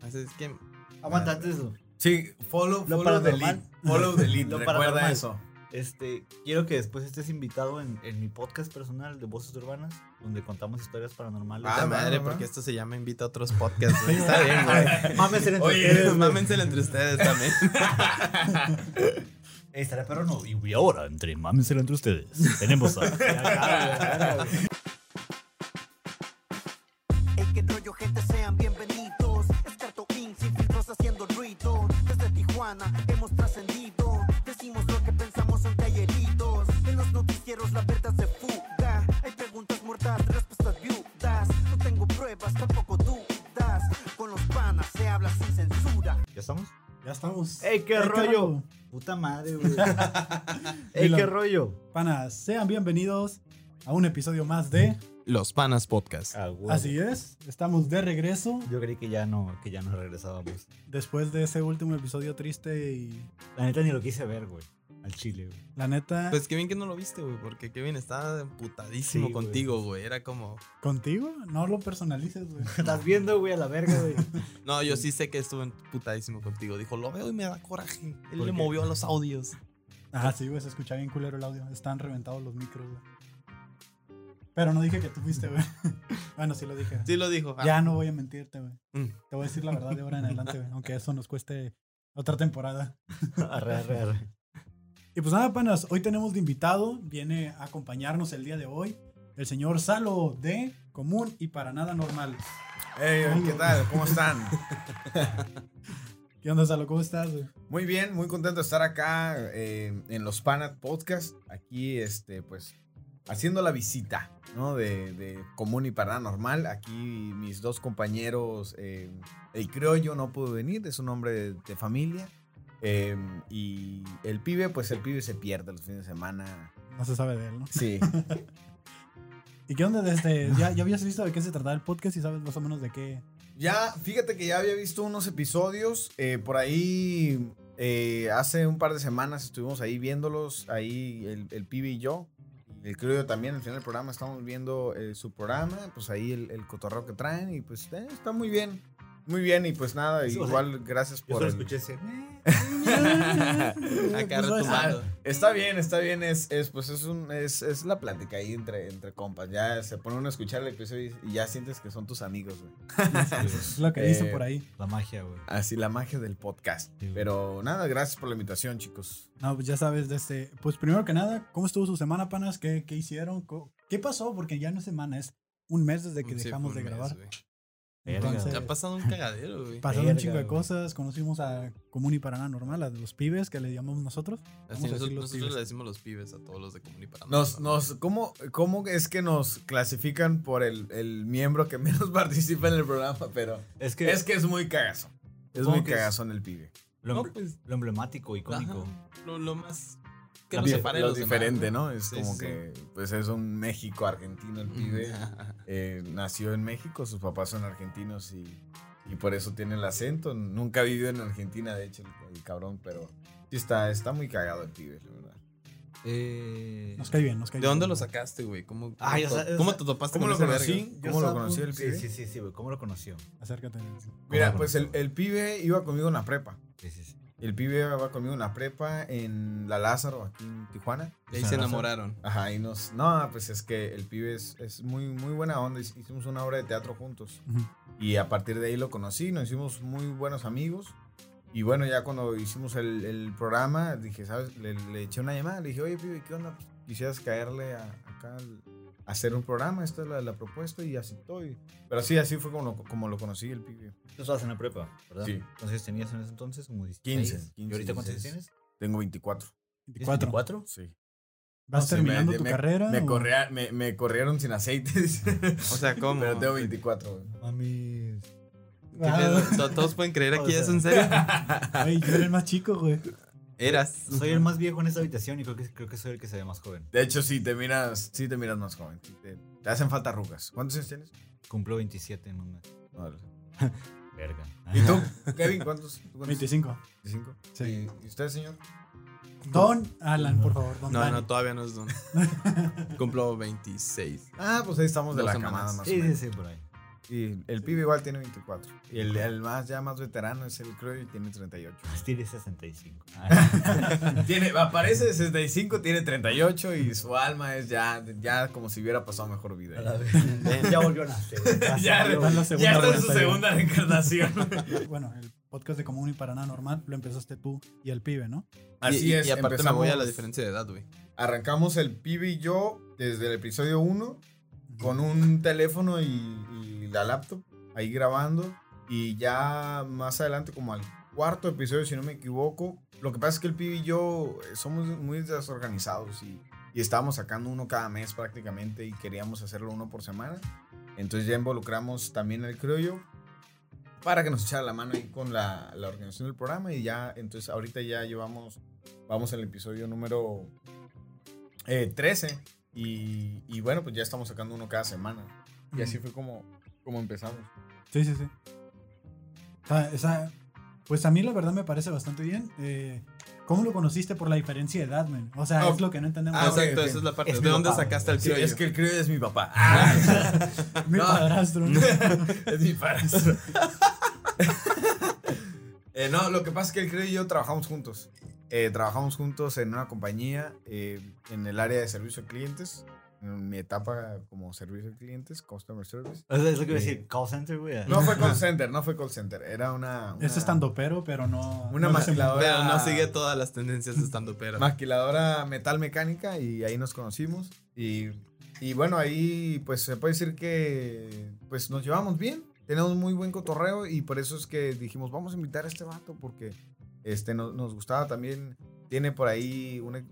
Así Pues es que. Aguanta antes de eso. Sí, follow, Lo follow the lead. paranormal. Follow the lead, Lo recuerda paranormal. eso. Este, quiero que después estés invitado en, en mi podcast personal de Voces Urbanas, donde contamos historias paranormales. Ah, Ah, madre, no, no. porque esto se llama Invita a otros podcasts. güey. Está bien, güey. Mames, entre Oye, ustedes, güey. mámensela entre ustedes también. Ey, Estará perro no. Y ahora, entre mámenselo entre ustedes. Tenemos a. Hey, qué rollo, gente, sean bienvenidos. Es Carto Inc, sin filtros haciendo ruido. Desde Tijuana hemos trascendido. Decimos lo que pensamos ante ayeritos. En los noticieros la verdad se fuga. Hay preguntas muertas, respuestas viudas. No tengo pruebas, tampoco dudas. Con los panas se habla sin censura. ¿Ya estamos? Ya estamos. ¡Ey, qué Ey, rollo! Puta madre, güey. ¡Ey, Dilo. qué rollo! Panas, sean bienvenidos a un episodio más de Los Panas Podcast. Ah, Así es, estamos de regreso Yo creí que ya no, que ya no regresábamos. después de ese último episodio triste y La neta ni lo quise ver, güey. Al chile, güey. la neta Pues qué bien que no lo viste, güey, porque Kevin estaba emputadísimo Sí, güey. contigo, güey. Era como. contigo no lo personalices, güey. Estás viendo, güey, a la verga, güey. No, yo sí sé que estuvo emputadísimo contigo. Dijo, lo veo y me da coraje. Él le ¿Por qué? movió a los audios. Ah, sí, güey, se escuchaba bien culero el audio. Están reventados los micros, güey. Pero no dije que tú fuiste, güey. bueno, sí lo dije. Sí lo dijo. Ah, Ya no voy a mentirte, güey. mm. Te voy a decir la verdad de ahora en adelante, güey, aunque eso nos cueste otra temporada. Arre, arre, arre. Y pues nada, panas, hoy tenemos de invitado, viene a acompañarnos el día de hoy, el señor Salo de Común y para nada normal. Hey, ¿qué tal? ¿Cómo están? ¿Qué onda, Salo? ¿Cómo estás? güey? Muy bien, muy contento de estar acá eh, en los Panat Podcast. Aquí, este, pues, haciendo la visita, ¿no? De, de Común y Paranormal. Aquí mis dos compañeros, eh, el criollo no pudo venir, es un hombre de, de familia. eh, y el pibe, pues el pibe se pierde los fines de semana. No se sabe de él, ¿no? Sí. ¿Y qué onda desde, ya, ya habías visto de qué se trataba el podcast y sabes más o menos de qué? Ya, fíjate que ya había visto unos episodios. eh, por ahí, eh, hace un par de semanas estuvimos ahí viéndolos. Ahí el, el pibe y yo. El crudo también, al final del programa, estamos viendo eh, su programa. Pues ahí el, el cotorreo que traen. Y pues eh, está muy bien. Muy bien. Y pues nada, Sí, o sea, igual gracias Yo por. solo el- escuché ese. Acá Pues, retomando. Está bien, está bien. Es, es pues es un es, es la plática ahí entre, entre compas. Ya se pone uno a escuchar el episodio y, y ya sientes que son tus amigos, güey. Es lo que dice Eh, por ahí. La magia, güey. Así la magia del podcast. Sí, güey. Pero nada, gracias por la invitación, chicos. No, pues ya sabes, desde, pues primero que nada, ¿cómo estuvo su semana, panas? ¿Qué, qué hicieron? Co- ¿Qué pasó? Porque ya no es semana, es un mes desde que Sí, dejamos fue de un mes, grabar. güey. Verga. Entonces, Ya ha pasado un cagadero, güey. pasaron un Verga, chingo de güey. cosas, conocimos a Común y para nada normal, a los pibes que le llamamos nosotros. Así vamos a nosotros decir los nosotros pibes. le decimos los pibes a todos los de Común y para Nos, Nada. nos, ¿cómo, ¿Cómo es que nos clasifican por el, el miembro que menos participa en el programa? Pero Es que es que es muy cagazo. Es Supongo muy que es- cagazón el pibe. lo, No, emble- pues, lo emblemático, icónico. ajá, lo, lo más que Lo nos Dif- separe de lo los demás, diferente, ¿no? Es Sí, como sí, sí. que pues es un México argentino el pibe. Eh, nació en México, sus papás son argentinos y, y por eso tiene el acento. Nunca vivió en Argentina, de hecho, el, el cabrón, pero sí está, está muy cagado el pibe, la verdad. Eh, Nos cae bien, nos cae ¿De bien. dónde lo sacaste, güey? ¿Cómo, cómo, Ah, ya to- sa- cómo sa- te topaste ¿Cómo con lo ese conocí? verga? yo ¿Cómo lo estaba- conocí el sí, pibe? Sí, sí, sí, güey. ¿Cómo lo conoció? Acércate. Mira, ¿Cómo lo pues el, conoció? el pibe iba conmigo en la prepa. Sí, sí, sí. El pibe va conmigo en la prepa en La Lázaro, aquí en Tijuana. De ahí se enamoraron. Ajá, y nos... No, pues es que el pibe es, es muy, muy buena onda. Hic- Hicimos una obra de teatro juntos. Y a partir de ahí lo conocí, nos hicimos muy buenos amigos. Y bueno, ya cuando hicimos el, el programa, dije, ¿sabes? Le, le eché una llamada, le dije, oye, pibe, ¿qué onda? Pues, Quisieras caerle a- acá al- a hacer un programa, esta es la, la propuesta y aceptó. y- pero sí, así fue como lo, como lo conocí el pibe. Tú estabas en la prepa, ¿verdad? Sí. Entonces tenías en ese entonces como 16. 15, ¿Y ahorita cuántos 16. tienes? Tengo 24. 24. ¿24? Sí. ¿Vas No sé, terminando me- tu me- carrera? Me, o- correa- me, me corrieron sin aceites. O sea, ¿cómo? Pero tengo 24, güey. Mami. ¿Qué pedo? To- Todos pueden creer O aquí, ¿es sea. en serio? Ah, Güey, yo era el más chico, güey. Eras. Soy el más viejo en esta habitación y creo que, creo que soy el que se ve más joven. De hecho, sí, te miras, sí te miras más joven. Sí, Te, te hacen falta arrugas. ¿Cuántos años tienes? Cumplo 27 en un mes. Órale. Verga. ¿Y tú, Kevin? ¿Cuántos? ¿Tú cuántos? 25. 25. Sí. ¿Y usted, señor? Don Alan, por favor. Don No, Dani. no, todavía no es don. Cumplo 26. Ah, pues ahí estamos de Dos la semanas. camada más o Sí, sí, menos. sí, por ahí. Y el pibe igual tiene 24. Y el, el más ya más veterano es el creo y tiene 38. Pues tiene 65. Ah, tiene, aparece de 65, tiene 38 y su alma es ya, ya como si hubiera pasado mejor vida. ya volvió a nacer. Ya salió. está en la segunda vuelta, ya. reencarnación. Bueno, el podcast de Común y Paraná Normal lo empezaste tú y el pibe, ¿no? Así y, es. Y aparte me empezamos- voy a la diferencia de edad, güey. Arrancamos el pibe y yo desde el episodio 1 con un teléfono y, y la laptop ahí grabando. Y ya más adelante, como al cuarto episodio, si no me equivoco, lo que pasa es que el pibe y yo eh, somos muy desorganizados y, y estábamos sacando uno cada mes prácticamente y queríamos hacerlo uno por semana. Entonces ya involucramos también al criollo para que nos echara la mano ahí con la, la organización del programa y ya, entonces ahorita ya llevamos, vamos al episodio número eh, 13 y, y bueno, pues ya estamos sacando uno cada semana. Y así fue como, como empezamos. Sí, sí, sí. O sea, esa- pues a mí la verdad me parece bastante bien. Eh, ¿Cómo lo conociste por la diferencia de edad, man? O sea, Ah, es lo que no entendemos. Ah, ok, exacto, ok. esa es la parte. Es ¿De mi dónde papá, sacaste al Sí, criollo? es que el crío es mi papá. Mi no. padrastro. ¿no? es mi padrastro. Eh, no, lo que pasa es que el Creo y yo trabajamos juntos. Eh, trabajamos juntos en una compañía eh, en el área de servicio a clientes. En mi etapa como servicio a clientes, customer service. O sea, es lo que iba a decir. Call center, güey. No fue call center, no fue call center. Era una. una Es estandopero, pero no. Una no se- maquiladora. Pero no sigue todas las tendencias de estando pero. maquiladora metal mecánica y ahí nos conocimos y, y bueno ahí pues se puede decir que pues nos llevamos bien tenemos muy buen cotorreo y por eso es que dijimos vamos a invitar a este vato porque este no- nos gustaba también tiene por ahí una,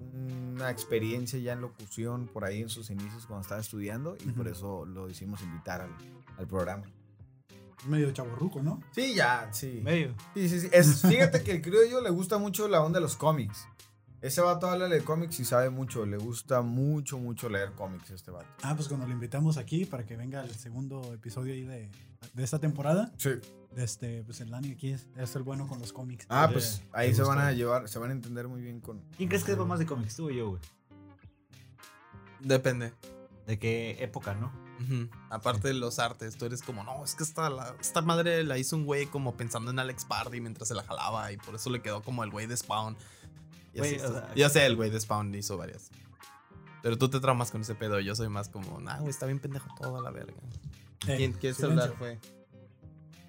una experiencia ya en locución por ahí en sus inicios cuando estaba estudiando y por Ujú. eso lo hicimos invitar al, al programa Medio chaborruco, ¿no? sí ya sí Medio. Sí, sí, sí. Es- fíjate que el criollo le gusta mucho la onda de los cómics. Ese vato habla de cómics y sabe mucho. Le gusta mucho, mucho leer cómics este vato. Ah, pues cuando lo invitamos aquí para que venga el segundo episodio ahí de, de esta temporada, Sí. de este, pues el Dani aquí es, es el bueno con los cómics. Ah, Sí, pues le ahí se gusta. van a llevar, se van a entender muy bien con... ¿Quién crees que es más de cómics? Tú o yo, güey. Depende. ¿De qué época, no? Ujú. Aparte de los artes, tú eres como, no, es que esta, la- esta madre la hizo un güey como pensando en Alex Pardy mientras se la jalaba y por eso le quedó como el güey de Spawn. Y así Güey, o está. sea, ya sé, el güey de Spawn hizo varias. Pero tú te traumas con ese pedo. Yo soy más como, nah, güey, está bien pendejo todo a la verga. Eh, ¿Quién, ¿Qué silencio. celular fue?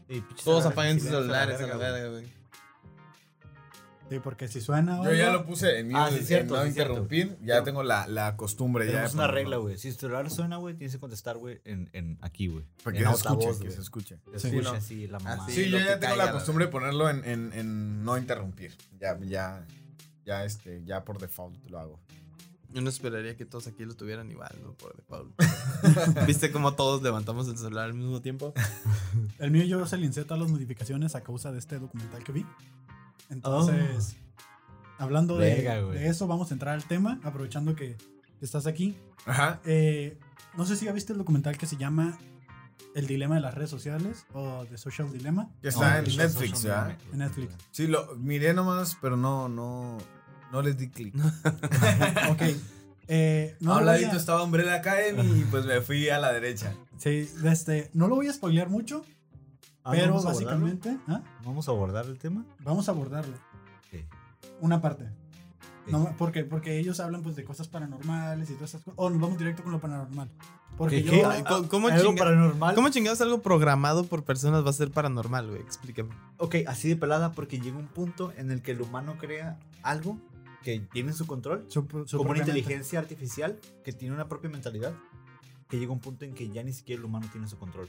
Sí, pinche Todos celular, apaguen sus silencio, la celulares a la verga, verga, güey. Sí, porque si suena. Yo oiga, ya lo puse en mi Ah, sí, cierto, no sí, cierto. interrumpir. Ya tengo la, la costumbre. ya Tenemos de una ponerlo. regla, güey. Si tu celular suena, güey, tienes que contestar, güey, en, en aquí, güey. Para que en se escuche, altavoz, que güey. se escuche. Se Sí, escucha no. así la mamá. Así. Sí, Sí, yo lo ya que tengo caiga, la la costumbre de ponerlo en, en- en no interrumpir. Ya, ya, ya, este, ya por default lo hago. Yo no esperaría que todos aquí lo tuvieran igual, ¿no? Por default. ¿Viste cómo todos levantamos el celular al mismo tiempo? El mío yo se le inserto a las notificaciones a causa de este documental que vi. Entonces, Oh. hablando de, Verga, güey. de eso, vamos a entrar al tema, aprovechando que estás aquí. Ajá. Eh, no sé si ya viste el documental que se llama El dilema de las redes sociales o The Social Dilemma. No, Que está en pinche Netflix, social ¿ya? media, güey. En Netflix. Sí, lo miré nomás, pero no, no, no les di clic. ok. Eh, no a lo un voy ladito a- este. estaba Umbrella Academy y pues me fui a la derecha. sí, este, no lo voy a spoilear mucho, Ah, pero ¿vamos a abordarlo? básicamente ¿ah? ¿Vamos a abordar el tema? vamos a abordarlo. Sí. Una parte. Sí. No, ¿por qué? Porque ellos hablan pues de cosas paranormales y todas esas cosas. O nos vamos directo con lo paranormal. Porque ¿Qué, yo. qué? Ay, ¿cómo- cómo ¿Algo chinga- paranormal? ¿Cómo chingados algo programado por personas va a ser paranormal, güey? Explícame. Ok, así de pelada, porque llega un punto en el que el humano crea algo que tiene en su control, su- su como una propia mente. inteligencia artificial que tiene una propia mentalidad, que llega un punto en que ya ni siquiera el humano tiene su control.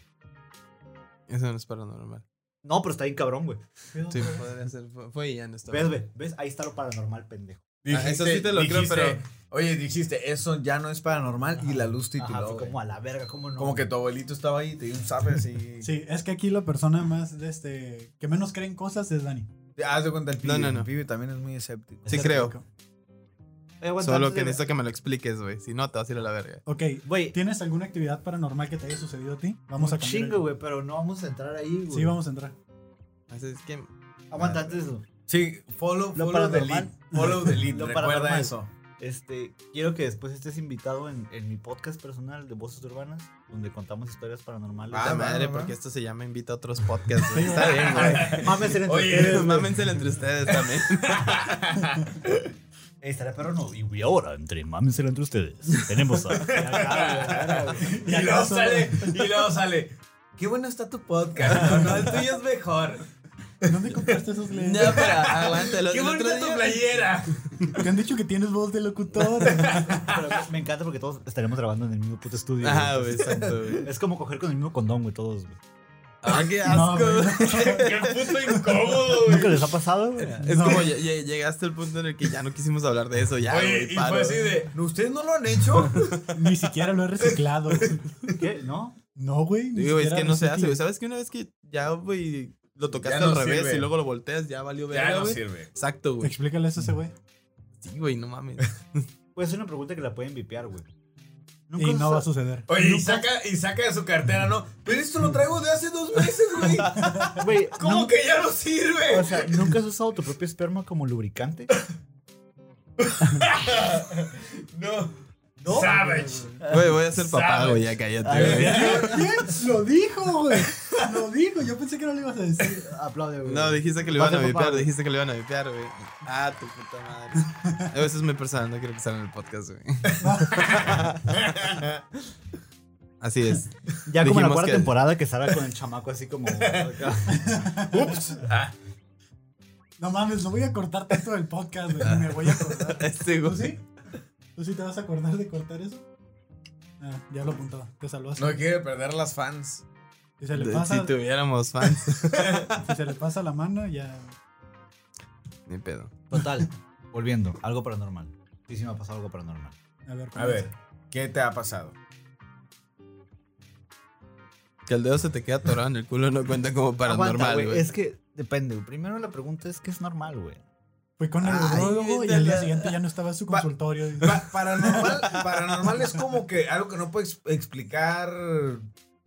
Eso no es paranormal. No, pero está bien cabrón, güey. Sí, podría ser. Fue, fue y ya no estaba. ¿Ves, güey? ¿Ves? Ahí está lo paranormal, pendejo. Ah, eso sí te lo creo, pero- Oye, dijiste, eso ya no es paranormal y la luz tituló. Ajá, fue güey. como como, a la verga, ¿cómo no? que tu abuelito estaba ahí y te dio un zape así. Sí, es que aquí la persona más de este. que menos cree en cosas es Dani. Te- Haz de cuenta el pibe. no, no. El pibe también es muy escéptico. Sí Es creo. escéptico. Eh, aguanta, Solo antes que de- necesito que me lo expliques, güey. Si no, te vas a ir a la verga. Ok. Güey, ¿Tienes alguna actividad paranormal que te haya sucedido a ti? Vamos vamos a a cambiar el- chingo, güey, pero no vamos a entrar ahí, güey. Sí, vamos a entrar. Así es que. Aguanta antes de eso. Sí, follow, Lo follow the paranormal. lead. Follow the lead, Lo recuerda paranormal. eso. Este, quiero que después estés invitado en, en mi podcast personal de Voces Urbanas, donde contamos historias paranormales. Ah, Puta madre, madre, porque ¿no? esto se llama Invita a otros podcasts. güey. Está bien, güey. Mames, eres Oye, mámensela entre ustedes también. Estará perro no. Y y ahora, entre mames, entre ustedes. Tenemos a. Y luego sale- y luego sale. Qué bueno está tu podcast. No, no, el tuyo es mejor. ¿Dónde compraste esos No, lentes? pero aguántalo. el otro día- playera. Te han dicho que tienes voz de locutor. Pero me encanta porque todos estaremos grabando en el mismo puto estudio. Ajá, Ah, güey, güey. exacto, güey. Es como coger con el mismo condón, güey, todos, güey. Ah, qué No, asco. güey. Qué puto incómodo, ¿Nunca les ha pasado, güey? Es como ya- ya- llegaste al punto en el que ya no quisimos hablar de eso. Ya, güey, paro. de. "¿No, ¿Ustedes no lo han hecho? Ni siquiera lo he reciclado. ¿Qué? ¿No? No, güey. ni Digo, güey, es siquiera que no se hace, reciclo. güey. ¿Sabes que una vez que ya, güey, lo tocaste Ya no al revés sirve. y luego lo volteas, ya valió verga, güey? sirve. Exacto, güey. Explícale eso a ese güey. Sí, güey, no mames. Pues es una pregunta que la pueden vipear, güey. Y les no va ha- a suceder. Oye, y saca, y saca de su cartera, ¿no? Pero esto lo traigo de hace dos meses, güey. Güey, ¿Cómo nunca- que ya no sirve? O sea, ¿nunca has usado tu propio esperma como lubricante? no. Savage. Güey, voy a ser papá, Sabes. güey, ya cállate, Ay, güey. Lo dijo, güey. Lo dijo. Yo pensé que no le ibas a decir. Aplaude, güey. No, dijiste que lo iban Vas a a papá, vipear, güey. dijiste que lo iban a vipear, güey. Ah, tu puta madre. Eh, Eso es muy personal, no quiero que salga en el podcast, güey. Así es. Ya como en dijimos la cuarta que- temporada que Sara con el chamaco así como... Ups. Ah, No mames, no voy a cortar tanto del podcast, güey. ni Me voy a acordar. Este, ¿Tú güey. sí? ¿Tú sí te vas a acordar de cortar eso? Ah, ya lo apuntaba. Te salvaste. No quiere perder las fans. Si se le De- pasa, Si tuviéramos fans, si se le pasa la mano, ya. ni pedo. Total. Volviendo, algo paranormal. Sí, sí me ha pasado algo paranormal. A ver, pues, ¿cómo A ver, es? ¿qué te ha pasado? Que el dedo se te queda atorado en el culo no cuenta como Aguanta, paranormal, güey. Es que depende. güey. Primero la pregunta es que es normal, güey. Fue con el Ay, urologo y de al día la- siguiente ya no estaba en su Pa- consultorio. Pa- paranormal, paranormal es como que algo que no puedes explicar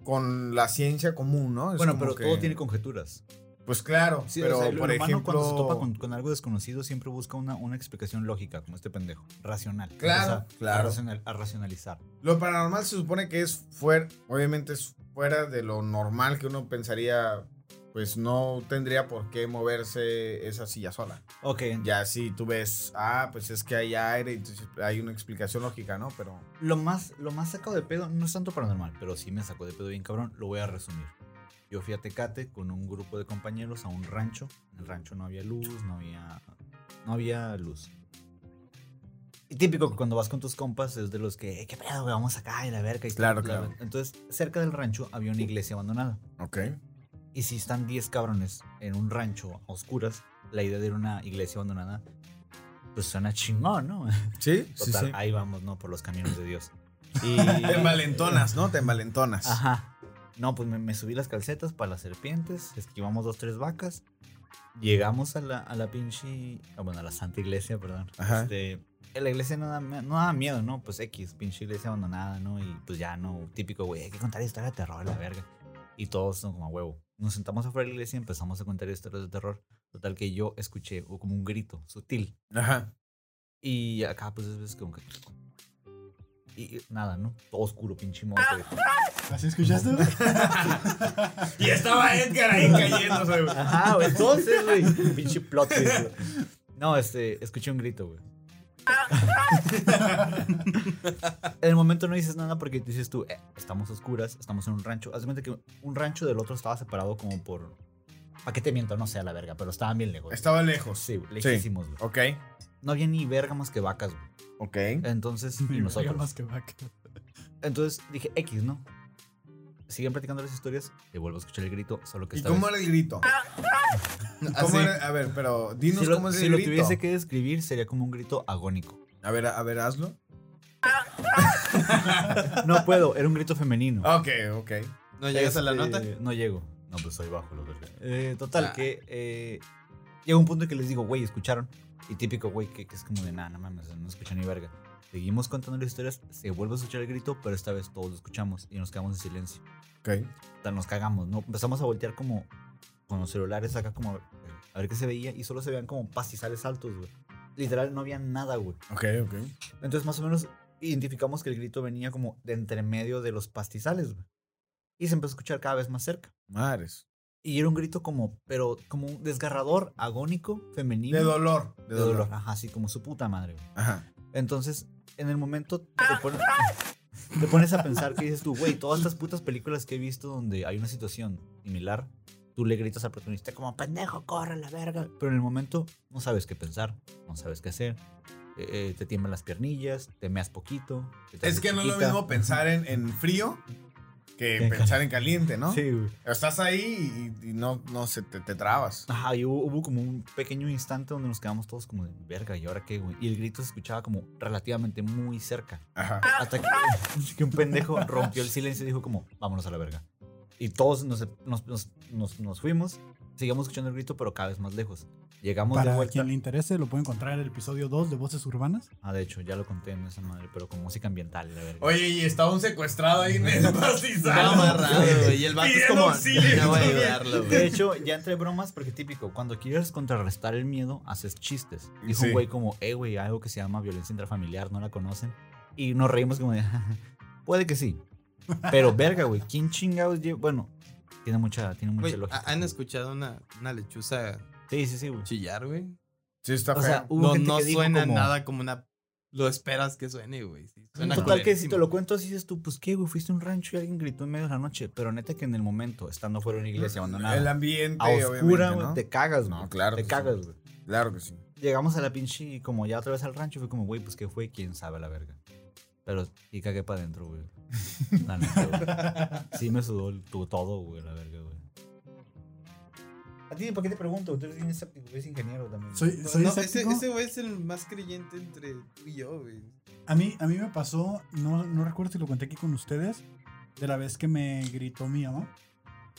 con la ciencia común, ¿no? Es bueno, como pero que- todo tiene conjeturas. Pues claro, Sí, pero o sea, el por humano cuando se topa ejemplo. con, con algo desconocido siempre busca una, una explicación lógica, como este pendejo. Racional. Claro, Empieza claro. A, racional- a racionalizar. Lo paranormal se supone que es fuera, obviamente es fuera de lo normal que uno pensaría, pues no tendría por qué moverse esa silla sola. Ok, Ya si tú ves, ah, pues es que hay aire, entonces hay una explicación lógica, ¿no? Pero Lo más, lo más sacado de pedo, no es tanto paranormal, pero sí me sacó de pedo bien cabrón, lo voy a resumir. Yo fui a Tecate con un grupo de compañeros a un rancho. En el rancho no había luz, no había, no había luz. Y típico que cuando vas con tus compas es de los que, "Eh, ¿qué pedo, güey? Vamos acá y la verga. Y Claro, la- claro. Entonces, cerca del rancho había una iglesia abandonada. Ok. Y si están 10 cabrones en un rancho a oscuras, la idea de ir a una iglesia abandonada, pues suena chingón, ¿no? Sí, Total, ahí vamos, ¿no? Por los caminos de Dios. Y... Te envalentonas, ¿no? Te envalentonas. Ajá. No, pues me, me subí las calcetas para las serpientes, esquivamos dos, tres vacas, llegamos a la, a la pinche, ah, bueno, a la santa iglesia, perdón. Ajá. Este, en la iglesia no da, me- no da miedo, ¿no? Pues X, pinche iglesia abandonada, ¿no? Y pues ya, ¿no? Típico, güey, hay que contar historias de terror, la verga. Y todos son como a huevo. Nos sentamos afuera de la iglesia y empezamos a contar historias de terror. Total que yo escuché como un grito sutil. Ajá. Y acá, pues, es como que... Y y nada, ¿no? Todo oscuro, pinche moto. ¿Así escuchaste, güey? Y estaba Edgar ahí cayéndose, güey. Ajá, güey. Entonces, güey. Pinche plot twist, güey. No, este, escuché un grito, güey. en el momento no dices nada porque dices tú, "Eh, estamos a oscuras, estamos en un rancho. Haz de cuenta que un rancho del otro estaba separado como por. ¿Para qué te miento? No sé a la verga, pero estaban bien lejos. Estaba lejos. Sí, güey, lejísimos, güey. Ok. No había ni verga más que vacas, güey. Ok. Entonces, y Verga nosotros. más que vaca. Entonces dije, X, ¿no? Siguen platicando las historias y vuelvo a escuchar el grito, solo que ¿Y esta cómo vez- era el grito? ah. Así. ¿Cómo era? A ver, pero dinos Si lo, cómo es si el lo grito. tuviese que describir, sería como un grito agónico. A ver, a ver, hazlo. No puedo, era un grito femenino. Ok, ok. ¿No llegas a la Este, nota? No llego. No, pues soy bajo, lo verga. Eh, total, Ah. que eh, llega un punto en que les digo, güey, ¿escucharon? Y típico, güey, que, que es como de nada, no mames, no escuchan ni verga. Seguimos contando las historias, se vuelve a escuchar el grito, pero esta vez todos lo escuchamos y nos quedamos en silencio. Ok. Total, nos cagamos, ¿no? Empezamos a voltear eh, como con los celulares acá, como a ver, a ver qué se veía y solo se veían como pastizales altos, güey. literal no había nada, güey. Ok, ok. Entonces, más o menos, identificamos que el grito venía como de entre medio de los pastizales, güey. Y se empezó a escuchar cada vez más cerca. Madres. Y era un grito como, pero como un desgarrador, agónico, femenino. De dolor. De dolor. Ajá, así como su puta madre, güey. Ajá. Entonces, en el momento te pones, te pones a pensar que dices tú, güey, todas estas putas películas que he visto donde hay una situación similar, tú le gritas al protagonista como, pendejo, corre a la verga. Pero en el momento no sabes qué pensar, no sabes qué hacer. eh, eh, te tiemblan las piernillas, te meas poquito. te te Es haces que no es lo chiquita. mismo pensar en, en frío que En pensar en caliente, ¿no? Sí, güey. Estás ahí y, y no, no se te, te trabas. Ajá, y hubo, hubo como un pequeño instante donde nos quedamos todos como de verga, ¿y ahora qué, güey? Y el grito se escuchaba como relativamente muy cerca. Ajá. Hasta que, que un pendejo rompió el silencio y dijo como, vámonos a la verga. Y todos nos, nos, nos, nos- nos fuimos, seguimos escuchando el grito, pero cada vez más lejos. Llegamos de Para vuelta. quien le interese, lo puede encontrar en el episodio 2 de Voces Urbanas. Ah, de hecho, ya lo conté en esa madre, pero con música ambiental, la verga. Oye, y estaba un secuestrado ahí en el pastizal. Está amarrado, güey. Y el vato es Pidiendo como. auxilio, No voy a güey. ayudarlo, De güey. hecho, ya entre bromas, porque típico, cuando quieres contrarrestar el miedo, haces chistes. Dijo Sí. un güey como, eh, güey, algo que se llama violencia intrafamiliar, no la conocen. Y nos reímos como de, "Ja, ja". puede que sí. Pero verga, güey, ¿quién chingados lleva? Bueno, tiene mucha, tiene mucha Güey, lógica. ¿Han escuchado una, una lechuza Sí, sí, sí, güey. chillar, güey? Sí, está O feo. sea, hubo No, gente no que dijo suena como- nada como una. Lo esperas que suene, güey. Sí, suena Total que si te culerísimo. lo cuento así dices tú, pues qué, güey, fuiste a un rancho y alguien gritó en medio de la noche. Pero neta que en el momento, estando fuera de una iglesia abandonada, el ambiente, a oscura, obviamente, güey, ¿no? te cagas, No, güey. claro Te que sí. cagas, güey. Claro que sí. llegamos a la pinche y como ya otra vez al rancho, fue como, güey, pues qué fue, quién sabe a la verga. Pero y cagué para adentro, güey. La neta, güey. Sí me sudó el- tu- todo, güey, la verga, güey. A ti, ¿por qué te pregunto? Tú eres escéptico, eres ingeniero también. Soy, soy No, ese, escéptico. ese güey es el más creyente entre tú y yo, güey. A, mí, a mí me pasó, no, no recuerdo si lo conté aquí con ustedes, de la vez que me gritó mi mamá.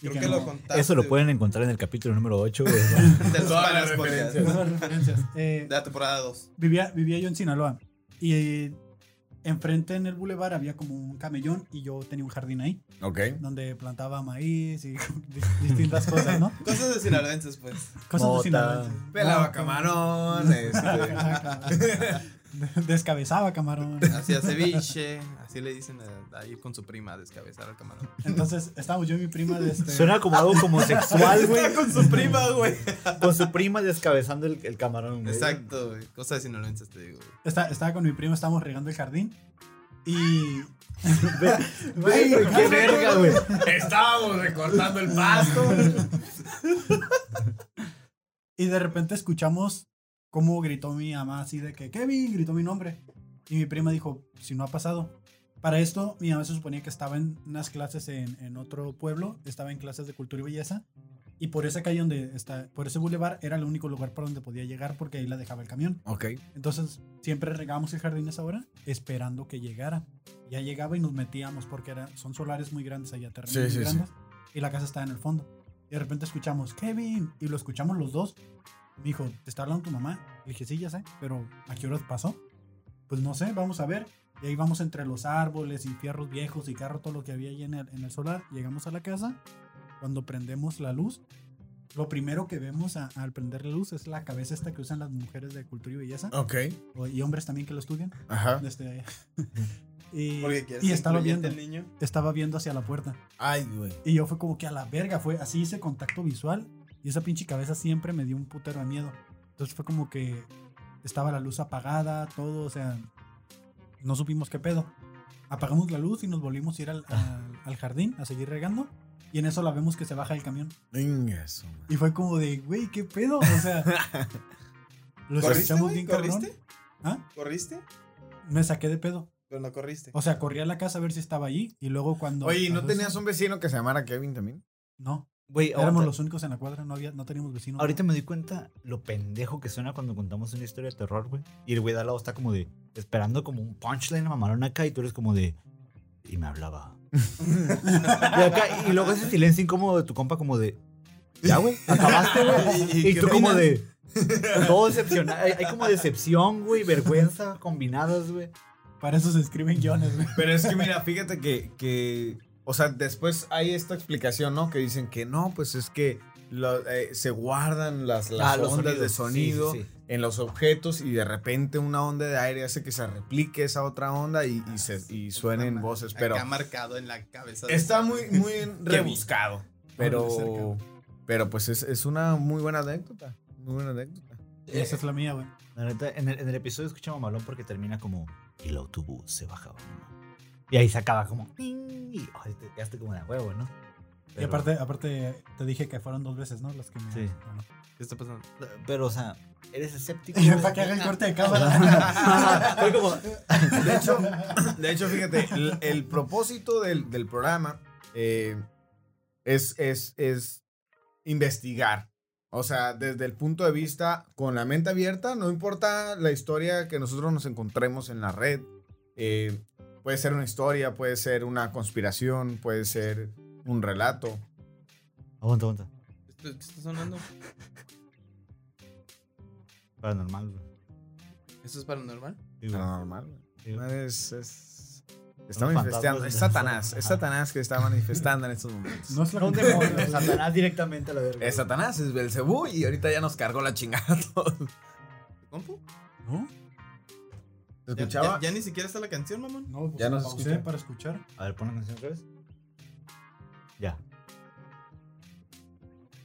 Y Creo que no- lo contaste. Eso lo güey. pueden encontrar en el capítulo número 8, güey. De los Todas panas las podcasts. no son referencias. Eh, De la temporada 2. vivía, vivía yo en Sinaloa. Y eh, enfrente en el bulevar había como un camellón y yo tenía un jardín ahí, Ok. donde plantaba maíz y dis- distintas cosas, ¿no? Cosas de sinaloenses, pues. Cosas Mota. de Sinaloa. Ah, Pelaba No, camarón, este. Des- Descabezaba camarón. Hacía ceviche. Así le dicen a, a ir con su prima a descabezar al camarón. Entonces estábamos yo y mi prima de este. Suena como algo como sexual, güey. Está con su prima, güey. Con su prima descabezando el, el camarón, güey. Exacto, güey. Cosas de sinaloenses, te digo. güey. Está- estaba con mi prima, estábamos regando el jardín. Y. Güey, qué verga, güey. Estábamos recortando el pasto. Y de repente escuchamos cómo gritó mi mamá así de que Kevin gritó mi nombre. Y mi prima dijo, si no ha pasado. Para esto, mi mamá se suponía que estaba en unas clases en, en otro pueblo, estaba en clases de cultura y belleza. Y por esa calle donde está, por ese bulevar, era el único lugar por donde podía llegar porque ahí la dejaba el camión. Ok. Entonces, siempre regábamos el jardín a esa hora esperando que llegara. Ya llegaba y nos metíamos porque era, son solares muy grandes allá, terrenos Sí, muy sí, sí. grandes. Y la casa estaba en el fondo. Y de repente escuchamos, Kevin, y lo escuchamos los dos. Me dijo, ¿te está hablando tu mamá? Le dije, sí, ya sé, pero ¿a qué horas pasó? Pues no sé, vamos a ver. Y ahí vamos entre los árboles y fierros viejos y carro, todo lo que había ahí en el, en el solar. Llegamos a la casa. Cuando prendemos la luz, lo primero que vemos a- al prender la luz es la cabeza esta que usan las mujeres de cultura y belleza ok. o- y hombres también que lo estudian. Ajá. Desde, y Ah. Porque quieres y ser estaba incluyente viendo, el niño. estaba viendo hacia la puerta. Ay, güey. Y yo fue como que a la verga, fue así ese contacto visual. Y esa pinche cabeza siempre me dio un putero de miedo. Entonces fue como que estaba la luz apagada, todo, o sea, no supimos qué pedo. Apagamos la luz y nos volvimos a ir al, al- al jardín a seguir regando. Y en eso la vemos que se baja el camión. Venga, eso, man. Y fue como de, güey, ¿qué pedo? O sea, los ¿Corriste, escuchamos güey? bien cabrón. ¿Corriste? ¿Ah? ¿Corriste? Me saqué de pedo. Pero no corriste. O sea, corrí a la casa a ver si estaba ahí y luego cuando... Oye, ¿y ¿no cuando- tenías un vecino que se llamara Kevin también? No, Güey, éramos ahorita- los únicos en la cuadra, no, había, no teníamos vecinos. Ahorita me di cuenta lo pendejo que suena cuando contamos una historia de terror, güey. Y el güey de al lado está como de esperando como un punchline mamarón acá y tú eres como de y me hablaba. y acá y luego ese silencio incómodo de tu compa como de ya, güey, acabaste, güey. ¿Y- y Y, qué tú como opinas? de todo decepcionado, hay, hay como decepción, güey, vergüenza combinadas, güey. Para eso se escriben guiones, güey. Pero es que mira, fíjate que, que, o sea, después hay esta explicación, ¿no? Que dicen que no, pues es que lo- eh, se guardan las, las Ah, los ondas de sonido sonidos, sí, sí, sí. en los objetos y de repente una onda de aire hace que se replique esa otra onda y, Ah, y se, pues, y suenen voces. Pero Acá marcado en la cabeza. de- está muy, muy rebuscado. Pero, pero pues es, es una muy buena anécdota. Muy buena anécdota. Esa es la mía, güey. La neta, en el, en el episodio escuchamos malón porque termina como el autobús se bajaba uno". Y ahí se acaba como. "Ting", Y oh, ay, te quedaste como de a huevo, ¿no? Y Pero- aparte, aparte, te dije que fueron dos veces, ¿no? Las que me. Sí. Bueno. ¿Qué está pasando? Pero, o sea, eres escéptico. Y para que haga el corte de cámara. Fue como, De hecho, de hecho fíjate, el, el propósito del, del programa eh, es, es, es investigar. O sea, desde el punto de vista con la mente abierta, no importa la historia que nosotros nos encontremos en la red. eh, puede ser una historia, puede ser una conspiración, puede ser un relato. Aguanta, aguanta. ¿Esto- ¿Qué está sonando? Paranormal, güey. ¿Eso es paranormal? Sí, güey. Normal. Sí, güey. Es, es- está Los manifestando. fantasmas. Es Satanás. Es Satanás que está manifestando en estos momentos. No es la No un que- demonio, Satanás directamente a la verga. Es Satanás, es Belcebú y ahorita ya nos cargó la chingada a todos. ¿Compu? ¿No? ¿Se Ya, escuchaba? ya- ya ni siquiera está la canción, mamón. No, pues Ya nos pausé escucha. para escuchar. A ver, pon la canción otra vez. Ya.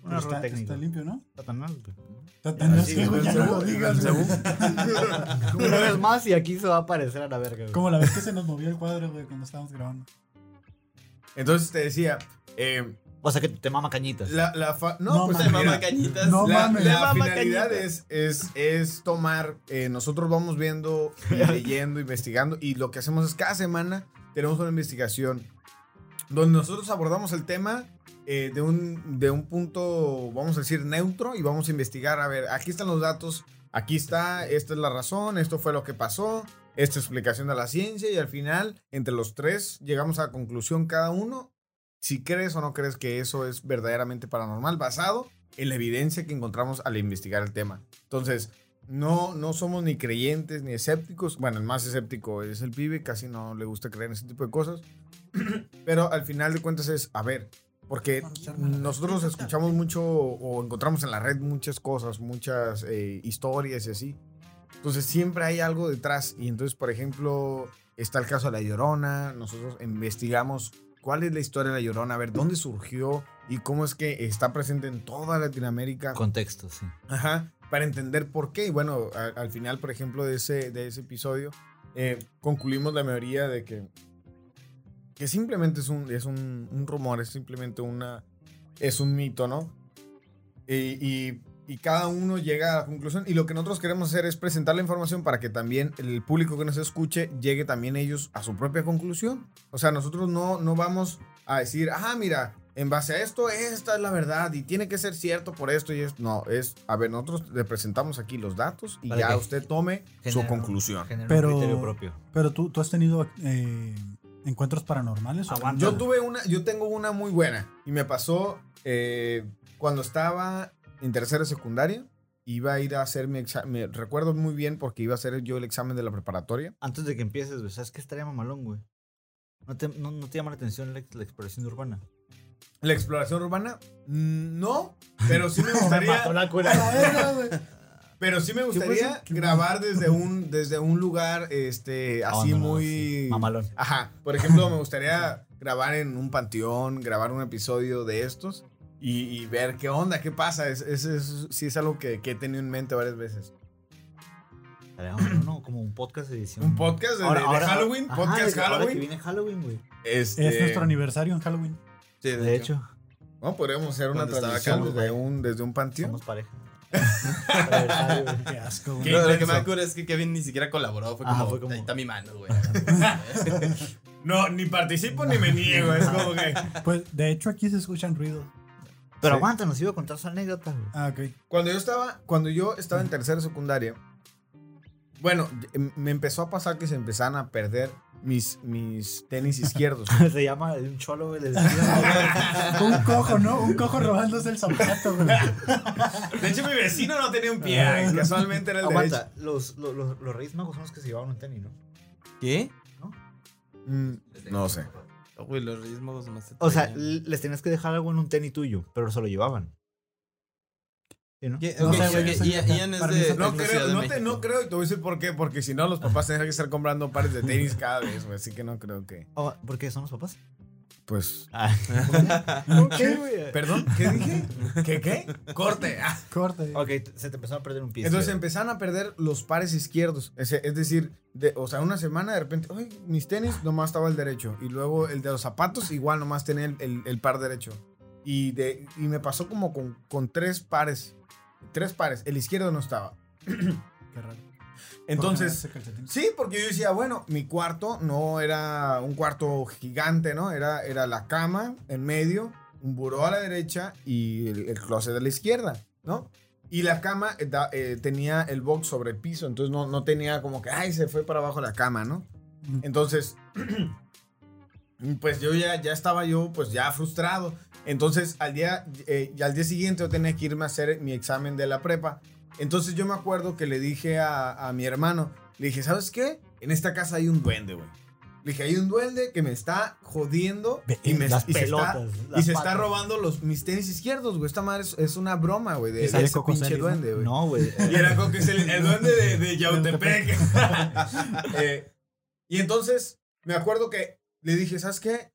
Un Pero error está, técnico. está limpio, ¿no? Satanás, güey. Está tan sí, así, güey, ya no lo digas. güey. Una vez más y aquí se va a aparecer a la verga, güey. Como la vez que se nos movió el cuadro, güey, cuando estábamos grabando. Entonces te decía, eh, O sea que te mama cañitas. la, la fa- no, No pues mames. mira, Mama cañitas. No la, mames. la Le mama finalidad cañitas. es, es, es tomar, eh, nosotros vamos viendo, y leyendo, investigando y lo que hacemos es cada semana tenemos una investigación donde nosotros abordamos el tema eh, de, un, de un punto, vamos a decir, neutro y vamos a investigar, a ver, aquí están los datos, aquí está, esta es la razón, esto fue lo que pasó, esta explicación de la ciencia y al final, entre los tres, llegamos a la conclusión cada uno si crees o no crees que eso es verdaderamente paranormal, basado en la evidencia que encontramos al investigar el tema. Entonces, no, no somos ni creyentes ni escépticos. Bueno, el más escéptico es el pibe, casi no le gusta creer en ese tipo de cosas. Pero al final de cuentas es, a ver, porque nosotros escuchamos mucho o encontramos en la red muchas cosas, muchas eh, historias y así. Entonces siempre hay algo detrás. Y entonces, por ejemplo, está el caso de La Llorona. Nosotros investigamos cuál es la historia de La Llorona, a ver dónde surgió y cómo es que está presente en toda Latinoamérica. Contexto, sí. Ajá, para entender por qué. Y bueno, a- al final, por ejemplo, de ese, de ese episodio, eh, concluimos la mayoría de que, que simplemente es, un, es un, un rumor, es simplemente una, es un mito, ¿no? Y, y- y cada uno llega a la conclusión. Y lo que nosotros queremos hacer es presentar la información para que también el público que nos escuche llegue también ellos a su propia conclusión. O sea, nosotros no, no vamos a decir, ah, mira, en base a esto, esta es la verdad y tiene que ser cierto por esto y esto. No, es, a ver, nosotros le presentamos aquí los datos y Para ya que usted tome su genere- conclusión. Genera Pero- un criterio propio. Pero tú, tú has tenido eh, encuentros paranormales. o- Aguanta. Yo tuve una, yo tengo una muy buena y me pasó eh, cuando estaba en tercera secundaria. Iba a ir a hacer mi examen. Recuerdo muy bien porque iba a hacer yo el examen de la preparatoria. Antes de que empieces, güey, ¿sabes qué estaría mamalón, güey? ¿No te, no, no te llama la atención la, la exploración urbana? La exploración urbana, mm, no, pero sí me Me gustaría. mató la A cura. la verga, güey. Pero sí me gustaría pasa? ¿Qué grabar desde un, desde un lugar este, así Abandonado, muy. sí. Mamalón. Ajá. Por ejemplo, me gustaría grabar en un panteón, grabar un episodio de estos y, y ver qué onda, qué pasa. Es, es, es- sí es algo que, que he tenido en mente varias veces. Estaría mamalón, ¿no? Como un podcast de edición. Un podcast de, Ahora- de ahora- Halloween, Ajá, de podcast que ahora que Halloween. viene Halloween, güey. Este, Es nuestro aniversario en Halloween. Sí, De hecho, no, podríamos hacer una Cuando estaba transmisión calvo, desde un, desde un panteón. somos pareja. Aniversario, güey. Qué asco, Lo- güey. ¿Qué? Ah, Lo, que intenso. me acuerdo es que Kevin ni siquiera colaboró. Fue Ajá, como, fue como- ahí está mi mano, güey. No, ni participo ni me niego. Es como que. Pues de hecho aquí se escuchan ruidos. Pero Sí. aguanta, nos iba a contar su anécdota, güey. Ah, ok. Cuando yo estaba, cuando yo estaba en tercera secundaria, bueno, em- me empezó a pasar que se empezaban a perder mis, mis tenis izquierdos. Se llama un cholo, güey. le decía, Un cojo, ¿no? Un cojo robándose el zapato, güey. De hecho, mi vecino no tenía un pie. Casualmente era el Aguanta, los, los, los, los Reyes Magos son los que se llevaban un tenis, ¿no? ¿Qué? derecho. Mm, no sé. Oh, Güey, los Reyes Magos nomás se O sea, traían- l- les tenías que dejar algo en un tenis tuyo, pero se lo llevaban. Sí, ¿no? Ye- No ok, sé, güey, ok, yo soy Ian- acá. Ian es Para mí de- es de la No Ciudad creo, de no, te, México. no creo y te voy a decir por qué. Porque si no, los papás tendrían que estar comprando pares de tenis cada vez, güey. Así que no creo que. Ah, ¿Por qué son los papás? Pues. Ah, ok, güey. Perdón, ¿qué dije? ¿Qué qué? Corte. Ah. Corte. Ok, t- se te empezó a perder un pie. Entonces izquierdo. empezaron a perder los pares izquierdos. Es, es decir, de- o sea, una semana de repente, "Ay, mis tenis nomás estaba el derecho. Y luego el de los zapatos, igual nomás tenía el, el- el par derecho. Y, de, y me pasó como con, con tres pares. Tres pares. El izquierdo no estaba. Qué raro. Entonces, Ese calcetín. Sí, porque yo decía, bueno, mi cuarto no era un cuarto gigante, ¿no? Era, era la cama en medio, un buró a la derecha y el, el closet a la izquierda, ¿no? Y la cama eh, da- eh, tenía el box sobre el piso, entonces no, no tenía como que, ay, se fue para abajo la cama, ¿no? Ujú. Entonces, pues yo ya, ya estaba yo, pues ya frustrado. Entonces, al día, eh, y al día siguiente yo tenía que irme a hacer mi examen de la prepa. Entonces yo me acuerdo que le dije a, a mi hermano, le dije, ¿sabes qué? En esta casa hay un duende, güey. Le dije, hay un duende que me está jodiendo y me las y se está- pelotas. y se está robando los, mis tenis izquierdos, güey. Esta madre es, es una broma, güey, de, de ese pinche duende, güey. No, güey. Y era como que es el, el duende de, de Yautepec. Eh, y entonces me acuerdo que le dije, ¿sabes qué?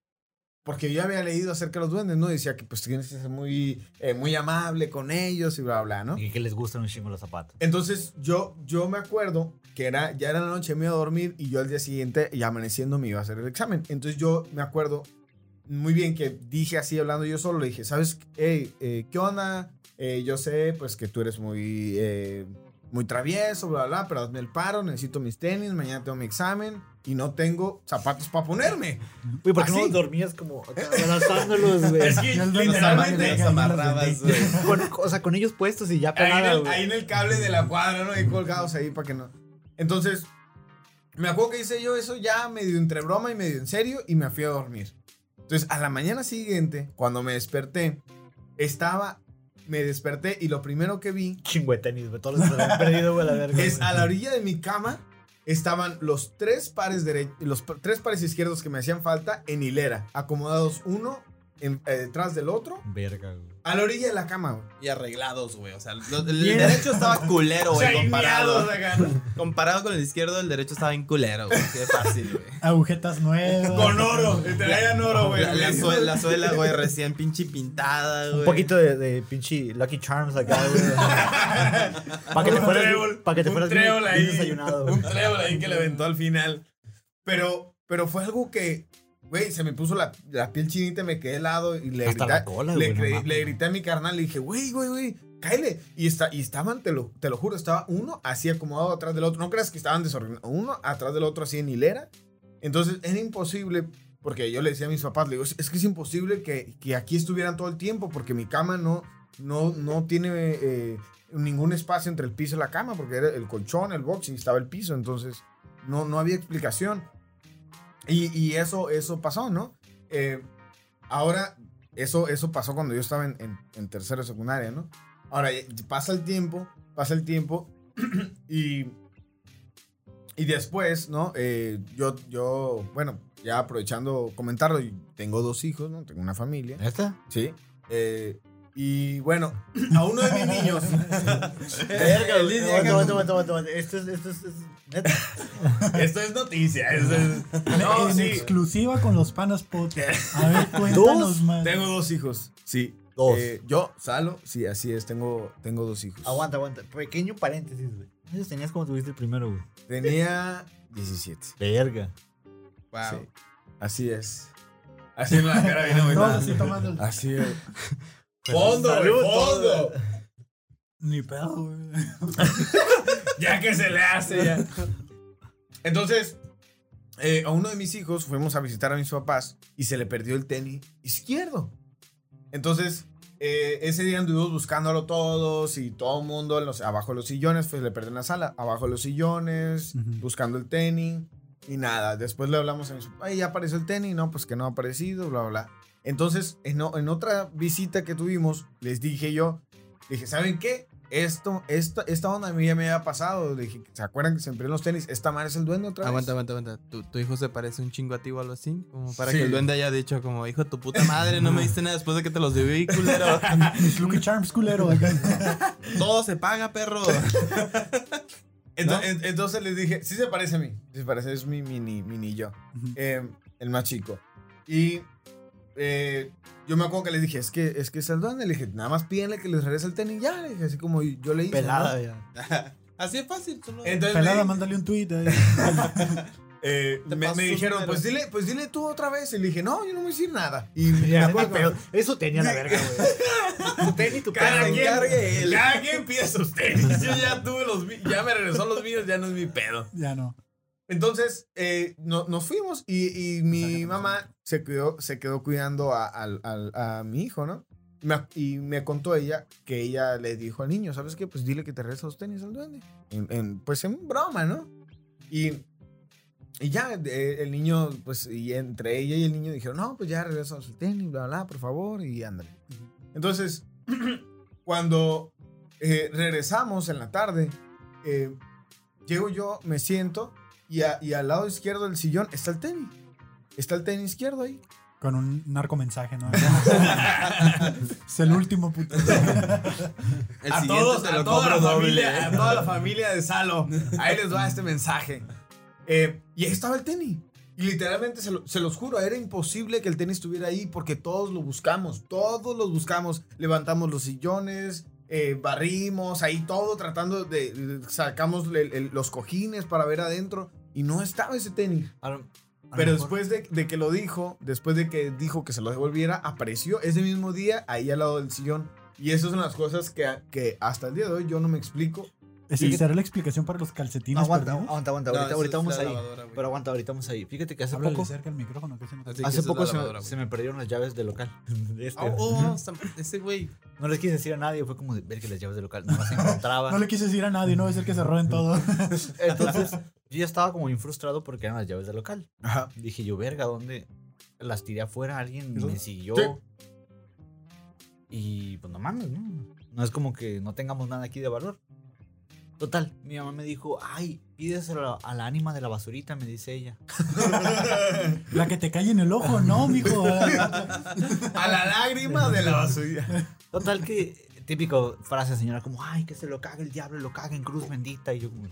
Porque yo había leído acerca de los duendes, ¿no? Decía que pues tienes que ser muy, eh, muy amable con ellos y bla, bla, ¿no? Y que les gustan un chingo los zapatos. Entonces yo, yo me acuerdo que era, ya era la noche, me iba a dormir y yo al día siguiente, ya amaneciendo, me iba a hacer el examen. Entonces yo me acuerdo muy bien que dije así, hablando yo solo, le dije, ¿sabes hey, eh, qué onda? Eh, yo sé pues que tú eres muy, eh, muy travieso, bla, bla, bla, pero hazme el paro, necesito mis tenis, mañana tengo mi examen y no tengo zapatos para ponerme. Güey, ¿por qué no Así. dormías como acá abrazándolos, güey? ¿Ah, Es que Ya el duende literalmente... Los amarrabas, güey. Con- o sea, con ellos puestos y ya Ahí en, pegada, el, güey. ahí en el cable de la cuadra, ¿no? Ahí colgados ahí para que no. Entonces, me acuerdo que hice yo eso ya medio entre broma y medio en serio y me fui a dormir. Entonces, a la mañana siguiente, cuando me desperté, estaba, me desperté y lo primero que vi Chingo de tenis, güey. Todos los que se lo han perdido, güey, la verga. es güey. a la orilla de mi cama estaban los tres pares dere- los p- tres pares izquierdos que me hacían falta en hilera, acomodados uno en- eh, detrás del otro, Verga, güey. a la orilla de la cama. güey. Y arreglados, güey. O sea, lo- el derecho estaba culero, O güey. sea, Comparado, miados acá, ¿no? comparado con el izquierdo, el derecho estaba en culero, güey. Qué fácil, güey. Agujetas nuevas. Con oro, te traían oro, güey. La, la sue- la suela, güey, recién pinche pintada, güey. Un poquito de, de pinche Lucky Charms acá, güey. Para que te Un fueras, trébol, para que te un fueras bien- trébol bien ahí. desayunado, güey. Un trébol ahí que le aventó al final. Pero, pero fue algo que, güey, se me puso la, la piel chinita, me quedé helado y le, Hasta grité- la cola, le, güey, no cre- mames. le grité a mi carnal, le dije, güey, güey, güey, cáele. Y, está, y estaban, te lo, te lo juro, estaba uno así acomodado atrás del otro. No creas que estaban desordenados, uno atrás del otro así en hilera. Entonces era imposible, porque yo le decía a mis papás, le digo, es es que es imposible que, que aquí estuvieran todo el tiempo, porque mi cama no, no, no tiene... eh, ningún espacio entre el piso y la cama, porque era el colchón, el box y estaba el piso, entonces no, no había explicación. Y, y eso, eso pasó, ¿no? Eh, ahora, eso, eso pasó cuando yo estaba en, en, en tercero de secundaria, ¿no? Ahora, eh, pasa el tiempo, pasa el tiempo y, y después, ¿no? Eh, yo, yo, bueno, ya aprovechando comentarlo, y tengo dos hijos, ¿no? Tengo una familia. ¿Neta? Sí. Eh, y bueno, a uno de mis niños. Verga, El güey. niño Aguanta, llega- aguanta, aguanta, aguanta. Esto es, esto es, es neta. Esto es noticia. esto es- No, en sí. exclusiva con los panas pot. A ver, cuéntanos más. Tengo dos hijos. Sí. Dos. Eh, yo, Salo, sí, así es. Tengo, tengo dos hijos. Aguanta, aguanta. Pequeño paréntesis, güey. ¿Cuántos tenías como tuviste el primero, güey? Tenía 17. Verga. Wow. Sí. Así es. Así es la cara bien Todos aumentada. así tomando el- Así es. Pues, ¡Fondo, güey, salud, fondo! Ni pedo, güey. ya que se le hace. ya. Entonces, eh, a uno de mis hijos fuimos a visitar a mis papás y se le perdió el tenis izquierdo. Entonces, eh, ese día anduvimos buscándolo todos y todo el mundo en los, abajo de los sillones, pues le perdí en la sala, abajo de los sillones, Ujú. buscando el tenis y nada. Después le hablamos a mis papás, "Ay, ya apareció el tenis, no, pues que no ha aparecido, bla, bla, bla. Entonces, en, o- en otra visita que tuvimos, les dije yo, dije, ¿saben qué? Esto, esto, esta onda a mí ya me había pasado. Dije, ¿se acuerdan que se en los tenis? Esta madre es el duende otra vez. Aguanta, aguanta, aguanta. ¿Tu, tu hijo se parece un chingo a ti o algo así? Como para Sí. que el duende haya dicho como, hijo, tu puta madre, no me diste nada después de que te los debí, culero. Mis Lucky Charms, culero. acá. Todo se paga, perro. Ento- en- Entonces, les dije, sí se parece a mí. Sí se parece, es mi mini, mini yo. eh, el más chico. Y eh, yo me acuerdo que les dije, es que es que es el duende. Le dije, nada más pídenle que les regrese el tenis ya. Le dije, así como yo le hice. ¿no? Pelada ya. Así es fácil. solo- Entonces Pelada, me- mándale un tweet. eh. eh, Te me, paso me sus dijeron, números. pues dile, pues dile tú otra vez. Y le dije, no, yo no voy a decir nada. Y me Ya, acuerdo ni que- pedo. Eso tenía la verga, güey. Tu tenis, tu Cada perro. quien, cargue él. cada quien pide sus tenis. Yo ya tuve los míos, ya me regresó los míos, ya no es mi pedo. Ya no. Entonces, eh, no- nos fuimos y, y mi Sácate, mamá sácate. se, cuidó, se quedó cuidando a, al- al- a mi hijo, ¿no? Y me, y me contó ella que ella le dijo al niño, ¿sabes qué? Pues dile que te regresa los tenis al duende. En- en- pues en broma, ¿no? Y, y ya eh, el niño, pues y entre ella y el niño dijeron, no, pues ya regresa los tenis, bla, bla, por favor, y ándale. Entonces, cuando eh, regresamos en la tarde, eh, llego yo, me siento y, a- y al lado izquierdo del sillón está el tenis. Está el tenis izquierdo ahí. Con un narcomensaje, ¿no? es el último puto. El siguiente te lo compro doble. a toda la familia de Salo. Ahí les va este mensaje. Eh, y ahí estaba el tenis. Y literalmente, se, lo- se los juro, era imposible que el tenis estuviera ahí porque todos lo buscamos, todos los buscamos. Levantamos los sillones, eh, barrimos, ahí todo tratando de, de- sacamos el- el- los cojines para ver adentro y no estaba ese tenis. A lo- a lo mejor- Pero después de, de que lo dijo, después de que dijo que se lo devolviera, apareció ese mismo día ahí al lado del sillón. Y esas son las cosas que, que hasta el día de hoy yo no me explico. ¿Esa será la explicación para los calcetines Aguanta, perdidos? aguanta, aguanta. No, ahorita eso ahorita es vamos la ahí. lavadora, güey. Pero aguanta, ahorita vamos ahí. Fíjate que hace Háblale poco, cerca el micrófono, que se no te- Así que hace esa es poco la se, me- lavadora, güey. se me perdieron las llaves del local. de este. Oh, oh, esa- ese güey. No les quise decir a nadie, fue como de ver que las llaves del local no las encontraba. No le quise decir a nadie, no es el que se roben todo. Entonces, yo ya estaba como bien frustrado porque eran las llaves del local. Dije yo, verga, ¿dónde? Las tiré afuera, alguien ¿Eso? me siguió. Sí. Y pues no mames, ¿no? No es como que no tengamos nada aquí de valor. Total, mi mamá me dijo, ay, pídeselo a la ánima de la basurita, me dice ella. La que te cae en el ojo, no, mijo. Ah, A la lágrima de la basura. Total que, típico frase señora, como, ay, que se lo cague el diablo, lo cague en cruz bendita. Y yo como,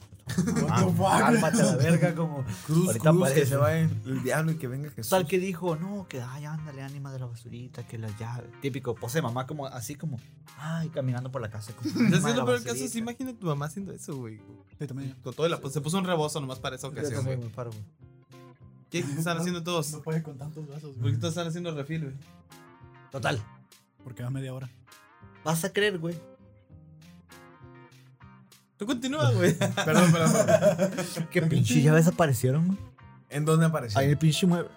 "Ah, fuck? cálmate a la verga, como. Cruz, Ahorita cruz, aparece. que se vaya el diablo y que venga Jesús. Total que dijo, no, que ay, ándale, ánima de la basurita, que las llaves. Típico pose de mamá, como así como, ay, caminando por la casa. Como, "Ánima Entonces, de la lo peor caso, basurita". sí, imagina tu mamá haciendo eso, güey. Sí, también. Con todo el apoyo. Se puso un rebozo nomás para esa Ya ocasión, también güey. me paro, güey. ¿Qué están haciendo todos? No puede con tantos vasos, ¿Por qué güey. pues, todos están haciendo refil, güey? Total, Porque va media hora. vas a creer, güey. Tú continúa, güey. Perdón, perdón, perdón. Que pinche llaves aparecieron, güey. ¿En dónde apareció? Ahí en el pinche mueble.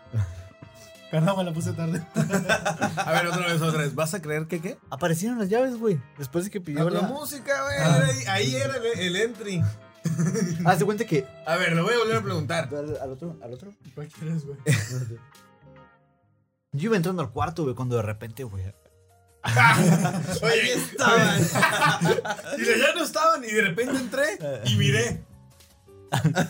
Carnal, me la puse tarde. A ver, otra vez, otra vez. ¿Vas a creer que qué? Aparecieron las llaves, güey. Ah, Después de que pidió La, la. la música, güey. Ah. era ahí, ahí era el, el entry. Haz de cuenta que. A ver, lo voy a volver a preguntar. Al, al otro, al otro. ¿Cuál quieres, güey? Yo iba entrando al cuarto, güey, cuando de repente, güey. Ahí Oye, estaban. y ya no estaban y de repente entré y miré.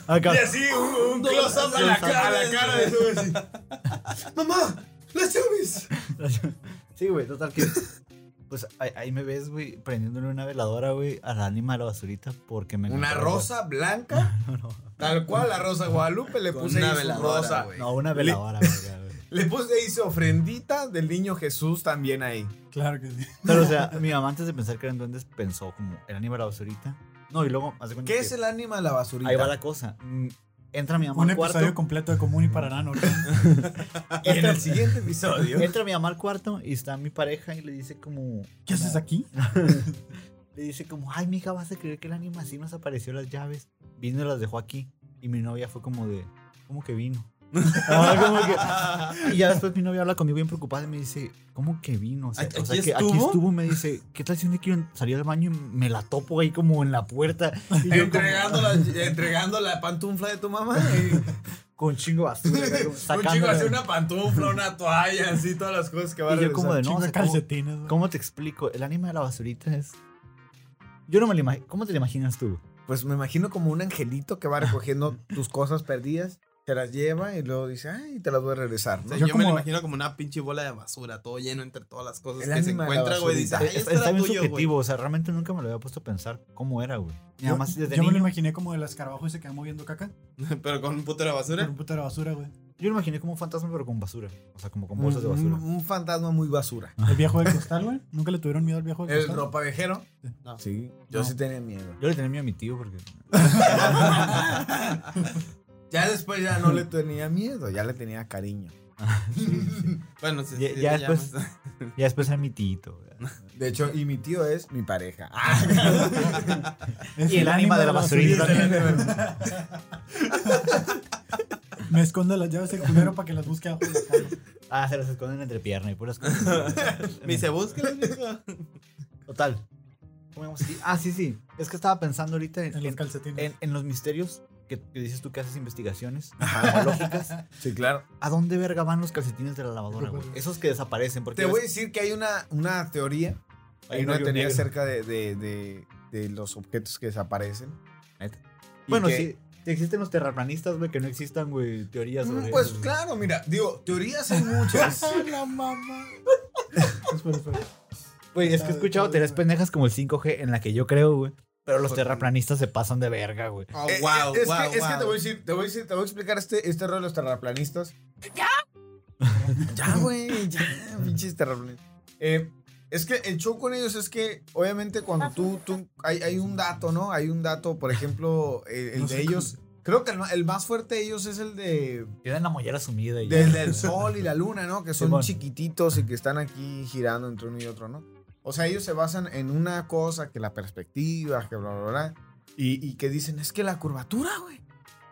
Acá. Y así, un, un Dos close-up a la, close-up. ca- a la cara de su así. ¡Mamá! ¡Las llaves! Sí, güey, total que. Pues ahí, ahí me ves, güey, prendiéndole una veladora, güey, a la ánima de la basurita porque me. Una encontró, rosa blanca. Tal cual la rosa de Guadalupe le Con puse una ahí su veladora, rosa. güey. güey. No, una veladora, verga, güey. Le puse ahí su ofrendita del niño Jesús también ahí. Claro que sí. Pero, o sea, mi mamá antes de pensar que eran duendes pensó como el ánima de la basurita. No, y luego, hace cuenta ¿Qué que- es el ánima de la basurita? Ahí va la cosa. Mm, Entra mi mamá Un al cuarto. episodio completo de Común y Paraná, ¿no? Y en el siguiente episodio. Entra mi mamá al cuarto y está mi pareja y le dice como. ¿Qué haces aquí? Le dice como, ay, mija, vas a creer que el ánima sí nos apareció las llaves. Vino y las dejó aquí. Y mi novia fue como de, ¿cómo que vino? Ah, como que- y ya después mi novia habla conmigo bien preocupada y me dice, ¿cómo que vino? O sea, ¿Aquí o sea, que aquí estuvo? estuvo, me dice, ¿qué tal si un día quiero salir al baño y me la topo ahí como en la puerta? Y yo como- Entregando la, entregando la pantufla de tu mamá. y- con chingo basura, como Un sacándola. chico hace una pantufla, una toalla, así, todas las cosas que va a Y yo como de, no, regresar. Chingo o de sea, ¿cómo, calcetines, güey. cómo te explico? El ánima de la basurita es Yo no me lo imagino. ¿Cómo te lo imaginas tú? Pues me imagino como un angelito que va recogiendo tus cosas perdidas, se las lleva y luego dice, ay, te las voy a regresar. O ¿no? sea, Yo yo me lo como- imagino como una pinche bola de basura, todo lleno entre todas las cosas El que se ánima de la encuentra, güey. Dice, basurita. ay, Es- esto está Ah, este era bien tuyo, subjetivo, güey. o sea, realmente nunca me lo había puesto a pensar cómo era, güey. Nada Yo, más desde yo me lo niño, imaginé como de las Carabajo y se quedó moviendo caca. Pero con un putero de Por basura. un puto de basura, güey. yo lo imaginé como un fantasma, pero con basura. O sea, como con Un, bolsas de basura. un- un fantasma muy basura. El viejo del costal, güey. Nunca le tuvieron miedo al viejo del El costal. ropavejero. No. Sí, yo No. sí tenía miedo. Yo le tenía miedo a mi tío porque. Ya después ya no le tenía miedo, ya le tenía cariño. Bueno, sí, Ya- sí, ya le después- llamas. Ya después era mi tito, güey. De hecho, y mi tío es mi pareja. Es Y el ánima de la basurita. Me escondo las llaves del culero para que las busque abajo de la cama. Ah, se los esconden entre pierna y puras cosas. Me dice, búscalo, mijo". Total. ¿Cómo íbamos aquí? Ah, sí, sí. Es que estaba pensando ahorita en, En los en, calcetines. en- en los misterios que, que dices tú que haces investigaciones lógicas. Sí, claro. ¿A dónde verga van los calcetines de la lavadora, güey? Esos que desaparecen. Porque Te voy a ves- decir que hay una, una teoría, hay hay un una hoyo teoría negro. acerca de, de- de- de los objetos que desaparecen. Neta. Y Bueno, que- sí. Si existen los terraplanistas, güey, que no existan, güey, teorías Mm, sobre Pues eso. claro, mira, digo, teorías hay muchas. la mamá. Espera, espera. Güey, es que he Está- escuchado está- teorías pendejas como el 5G, en la que yo creo, güey. Pero los Porque- terraplanistas se pasan de verga, güey. Oh, Eh, eh, wow, es, wow, que, es que te wow. voy a decir, te voy a decir, te voy a explicar este, este rollo de los terraplanistas. ¡Ya! ya, güey, ya, pinches terraplanistas. Eh, es que el show con ellos es que, obviamente, cuando tú, tú hay, hay un dato, ¿no? Hay un dato, por ejemplo, eh, el No de sé ellos. Creo que el, ma- el más fuerte de ellos es el de Tienen la mollera sumida y del, del sol y la luna, ¿no? Que son Simón. chiquititos y que están aquí girando entre uno y otro, ¿no? O sea, ellos se basan en una cosa, que la perspectiva, que bla, bla, bla. Y, y que dicen, es que la curvatura, güey.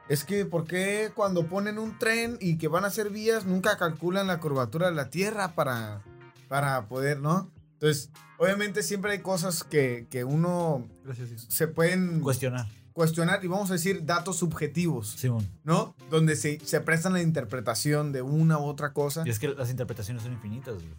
Es que, ¿por qué cuando ponen un tren y que van a hacer vías, nunca calculan la curvatura de la Tierra para, para poder, ¿no? Entonces, obviamente siempre hay cosas que, que uno Gracias, Dios. se pueden Cuestionar, cuestionar y vamos a decir datos subjetivos. Simón. ¿no? Donde se, se prestan la interpretación de una u otra cosa. Y es que las interpretaciones son infinitas, güey.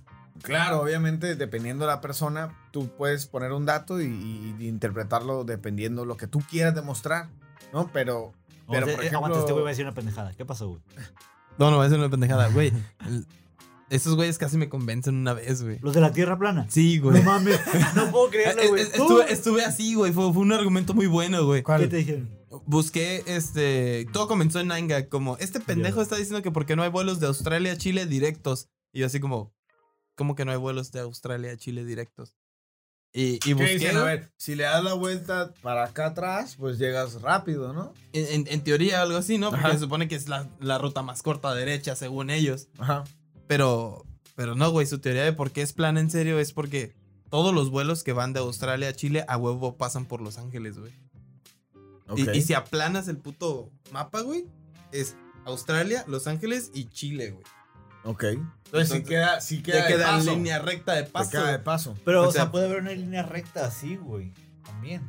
Claro, obviamente, dependiendo de la persona, tú puedes poner un dato y, y- y interpretarlo dependiendo lo que tú quieras demostrar, ¿no? Pero, pero Aguanta, por eh, ejemplo... aguanta, este güey va a decir una pendejada. ¿Qué pasó, güey? No, no, eso no es pendejada, güey. El- Esos güeyes casi me convencen una vez, güey. ¿Los de la Tierra plana? Sí, güey. mames, no puedo creerlo, Es- es- estuve, estuve así, güey. Fue, fue un argumento muy bueno, güey. ¿Cuál? ¿Qué te dijeron? Busqué, este. Todo comenzó en Nanga. Como, este pendejo está diciendo que porque no hay vuelos de Australia a Chile directos. Y yo, así como, ¿cómo que no hay vuelos de Australia a Chile directos? Y, y ¿Qué busqué. dicen? A güey. ver, si le das la vuelta para acá atrás, pues llegas rápido, ¿no? en, en- en teoría algo así, ¿no? Porque Ajá. se supone que es la, la ruta más corta derecha, según ellos. Ajá. Pero, pero no, güey, su teoría de por qué es plan en serio es porque todos los vuelos que van de Australia a Chile a huevo pasan por Los Ángeles, güey. Y- Y, si aplanas el puto mapa, güey, es Australia, Los Ángeles y Chile, güey. ok. Entonces, si Entonces, queda, si queda, Ya de queda en paso. línea recta de Te paso. queda de güey. paso. Pero, O o sea, sea, puede haber una línea recta así, güey. También.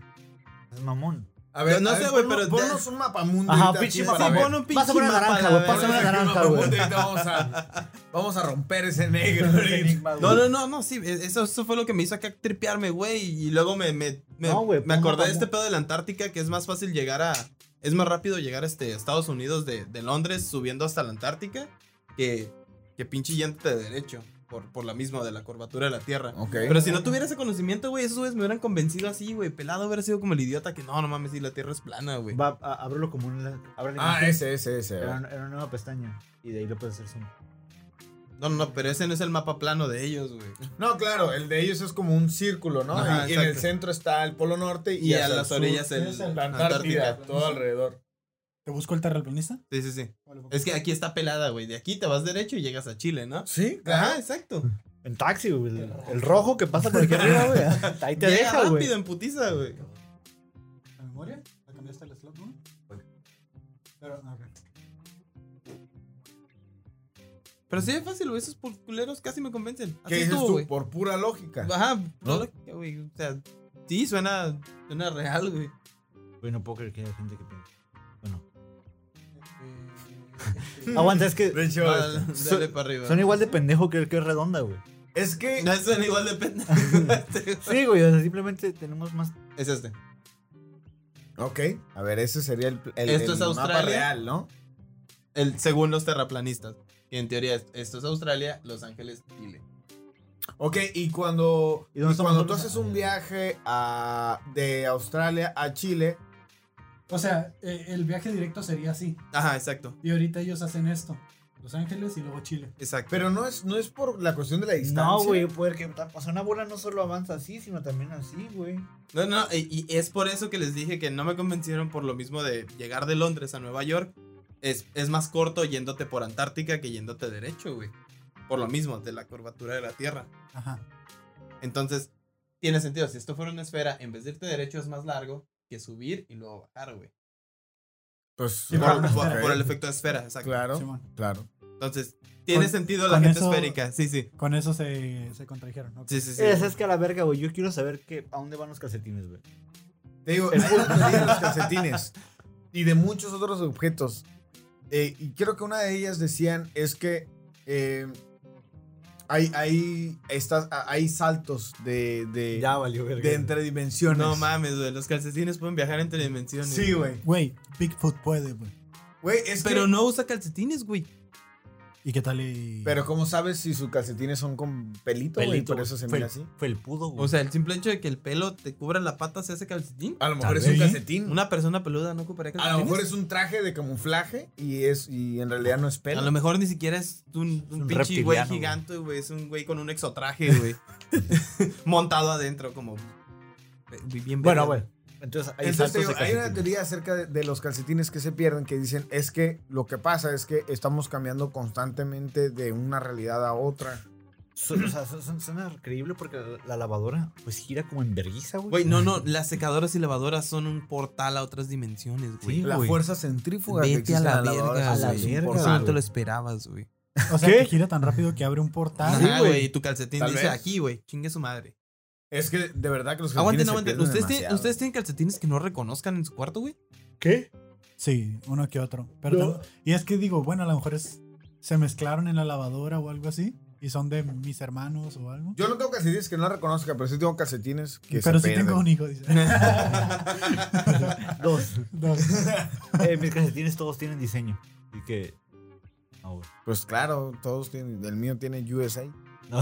Es mamón. A No a sé, güey, ponnos- pero- Ponnos un mapamundo. Ajá, ahorita pinche aquí Sí, para mapamundo. ver. pon un Pasa pinche una mapa, naranja, la güey, pasa verga. una naranja, güey. Vamos a, vamos a romper ese negro. ahorita. No, no, no, no, sí, eso, eso fue lo que me hizo acá tripearme, güey, y luego me, me, me, No, güey, me pongo- acordé de pongo- este pedo de la Antártica que es más fácil llegar a, es más rápido llegar a este, Estados Unidos de, de Londres subiendo hasta la Antártica que, que pinche yéndote de derecho por, por la misma de la curvatura de la Tierra. Ok. Pero si no tuviera ese conocimiento, güey, esos güeyes me hubieran convencido así, güey, pelado hubiera sido como el idiota que no, no mames, si la Tierra es plana, güey. Va, a, ábrelo como una. Abre la Ah, imagen. ese, ese, ese. Era, una- era una nueva pestaña. Y de ahí lo puedes hacer zoom. No, no, no, pero ese no es el mapa plano de ellos, güey. No, claro, el de ellos es como un círculo, ¿no? Ajá, y en el exacto. centro está el Polo Norte y, Y a hacia el las sur orillas el- es la Antártida, Antártida. todo alrededor. ¿Te busco el terraplanista? Sí, sí, sí. Es que aquí está pelada, güey, de aquí te vas derecho y llegas a Chile, ¿no? Sí, Ajá, exacto. En taxi, güey. El, el rojo que pasa por aquí arriba, güey. Ahí te Llega deja, rápido güey. en putiza, güey. ¿La memoria? ¿La cambiaste el slot, no? Pero, ah, ok. Pero sí es fácil, güey. Esos por culeros casi me convencen. Así ¿Qué dices estuvo, tú? güey. Por pura lógica. Ajá, no lógica, güey. O sea, sí, suena, suena real, güey. Güey, no puedo creer que haya gente que piensa. Bueno. Aguanta, es que. De hecho, Va, dale, Mm. Son- para arriba. Son igual de pendejo que el que es redonda, güey. es que No, son igual de pendejo. Sí, güey, o sea, simplemente tenemos más Es este. Ok. A ver, ese sería el, el- Esto el es mapa Australia. real, ¿no? El, según los terraplanistas. Y en teoría, es- esto es Australia, Los Ángeles, Chile. Ok, y cuando, ¿Y dónde y estamos cuando tú nosotros? haces un viaje a- de Australia a Chile, O sea, eh, el viaje directo sería así. Ajá, exacto. Y ahorita ellos hacen esto. Los Ángeles y luego Chile. Exacto. pero no es, no es por la cuestión de la distancia. No, güey, porque o sea, una bola no solo avanza así, sino también así, güey. No, no, y, y es por eso que les dije que no me convencieron por lo mismo de llegar de Londres a Nueva York. Es, es más corto yéndote por Antártica que yéndote derecho, güey. Por lo mismo, de la curvatura de la Tierra. Ajá. Entonces, tiene sentido. Si esto fuera una esfera, en vez de irte derecho es más largo que subir y luego bajar, güey. Pues, Sí, Por, para una ok, por- por el efecto de esfera, exacto. Claro, Simón. claro. Entonces, tiene Con- sentido la con gente eso- esférica. Sí, sí. Con eso se, se contradijeron. ok. Sí, sí, sí. Esa es que a la verga, güey. Yo quiero saber que, a dónde van los calcetines, güey. Te digo, el teoría de los calcetines y de muchos otros objetos. Eh, y creo que una de ellas decían es que eh, hay, hay, estas- hay saltos de, de, Ya valió verga. de entre dimensiones. No mames, güey. Los calcetines pueden viajar entre dimensiones. Sí, güey. Güey, Bigfoot puede, güey. Güey, es Pero que- no usa calcetines, güey. ¿Y qué tal? Y... Pero ¿cómo sabes si sus calcetines son con pelito, güey? Por güey. eso se Fue- mira así. Fue el pudo, güey. O sea, el simple hecho de que el pelo te cubra la pata se hace calcetín. A lo Tal mejor es un vez. calcetín. Una persona peluda no ocuparía Ah. A calcetines. lo mejor es un traje de camuflaje y es y en realidad no es pelo. A lo mejor ni siquiera es un, un un pinche güey reptiliano, güey. gigante, güey. Es un güey con un exotraje, güey. Montado adentro, como. Bien bueno, verga. güey. Entonces, hay Entonces, te saltos de digo, hay una calcetines. teoría acerca de, de los calcetines que se pierden que dicen es que lo que pasa es que estamos cambiando constantemente de una realidad a otra. Su- o sea, su- su- suena creíble porque la, la lavadora, pues, gira como en vergüenza, güey. Güey, no, no. Las secadoras y lavadoras son un portal a otras dimensiones, güey. Sí, La güey. fuerza centrífuga que Vete existe a en la, las lavadoras verga, a la güey. es verga, Eso importante. no te lo esperabas, güey. O sea, ¿Qué? que gira tan rápido que abre un portal. Ajá, güey. güey. Y tu calcetín Ah, Tal dice vez. aquí, güey. Chingue su madre. Es que de verdad que los Aguanten, calcetines se aguanten. pierden ¿Ustedes, tienen- demasiado. ¿Ustedes tienen calcetines que no reconozcan en su cuarto, güey? ¿Qué? Sí, uno que otro. Pero No. tam- Y es que digo, bueno, a lo mejor es- se mezclaron en la lavadora o algo así. Y son de mis hermanos o algo. Yo no tengo calcetines que no reconozca, pero sí tengo calcetines que pero se sí pierden. tengo un hijo, dice. Dos. No, Eh, mis calcetines todos tienen diseño. Así que. No, güey. Pues claro, todos tienen. El mío tiene USA. no,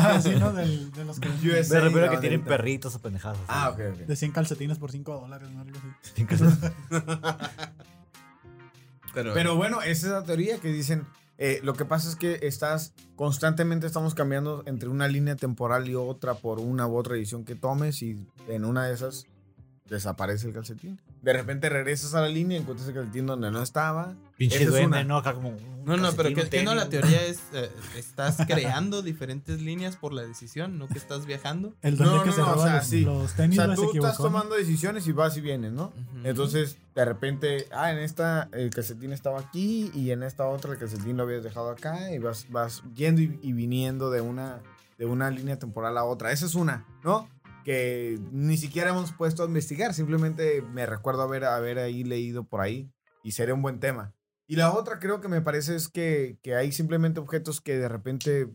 Ah, sí, ¿no? Del- de los que venden USA. Me refiero a que la tienen banderita. perritos o pendejadas. así. Ah, ok, ok. de 100 calcetines por 5 dólares, ¿no? Algo así. Sin calcetines. Pero bueno, esa es la teoría que dicen. eh, lo que pasa es que estás constantemente estamos cambiando entre una línea temporal y otra por una u otra edición que tomes y en una de esas desaparece el calcetín. De repente regresas a la línea y encuentras el calcetín donde no estaba. Esa Pinche es duende, una. ¿no? Acá como. un No, no, pero calcetín, que, un que no, tenis, la güey. teoría es, eh, estás creando diferentes líneas por la decisión, no que estás viajando. El duende No, que no, se no, o roba sea, los, sí. los O tenis sea, güey, se tú equivocó. estás ¿no? tomando decisiones y vas y vienes, ¿no? Ujú. Entonces, de repente, ah, en esta el calcetín estaba aquí y en esta otra el calcetín lo habías dejado acá y vas, vas yendo y, y viniendo de una, de una línea temporal a otra. Esa es una, ¿no? Que ni siquiera hemos puesto a investigar, simplemente me recuerdo haber, haber ahí leído por ahí y sería un buen tema. Y la otra creo que me parece es que, que hay simplemente objetos que de repente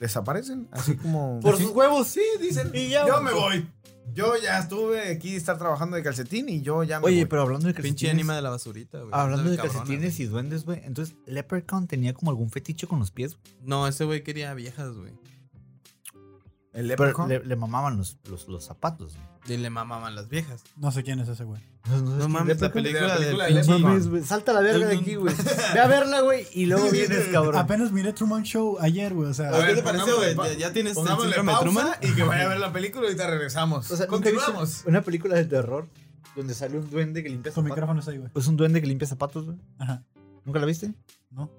desaparecen, así como... Por así- sus huevos. Sí, dicen, Y ya, yo güey. me voy. Yo ya estuve aquí de estar trabajando de calcetín y yo ya me Oye, voy. pero hablando de calcetines. Pinche anima de la basurita, güey. Hablando de Cabrona, calcetines y duendes, güey. Entonces, Leprechaun tenía como algún fetiche con los pies. güey. güey. No, ese güey quería viejas, güey. ¿El Pero leprechaun? le, le mamaban los, los, los zapatos. güey. Y le mamaban las viejas. No sé quién es ese güey. No mames, la película la del película pinche- de Leprechaun. Mames, güey, Salta la verga de aquí, güey. Ve a verla, güey, y luego vienes, cabrón. Apenas miré Truman Show ayer, güey. O sea, A ver, ¿Qué te pongámosle pareció, güey? pa- Ya, ya tienes el Pongámosle síndrome de pausa Truman. y que vaya a ver la película y ahorita regresamos. O sea, ¿nunca viste Continuamos. Una película de terror donde sale un duende que limpia su zapatos. micrófono es ahí, güey. Es un duende que limpia zapatos, güey. Ajá. ¿Nunca la viste? ¿No?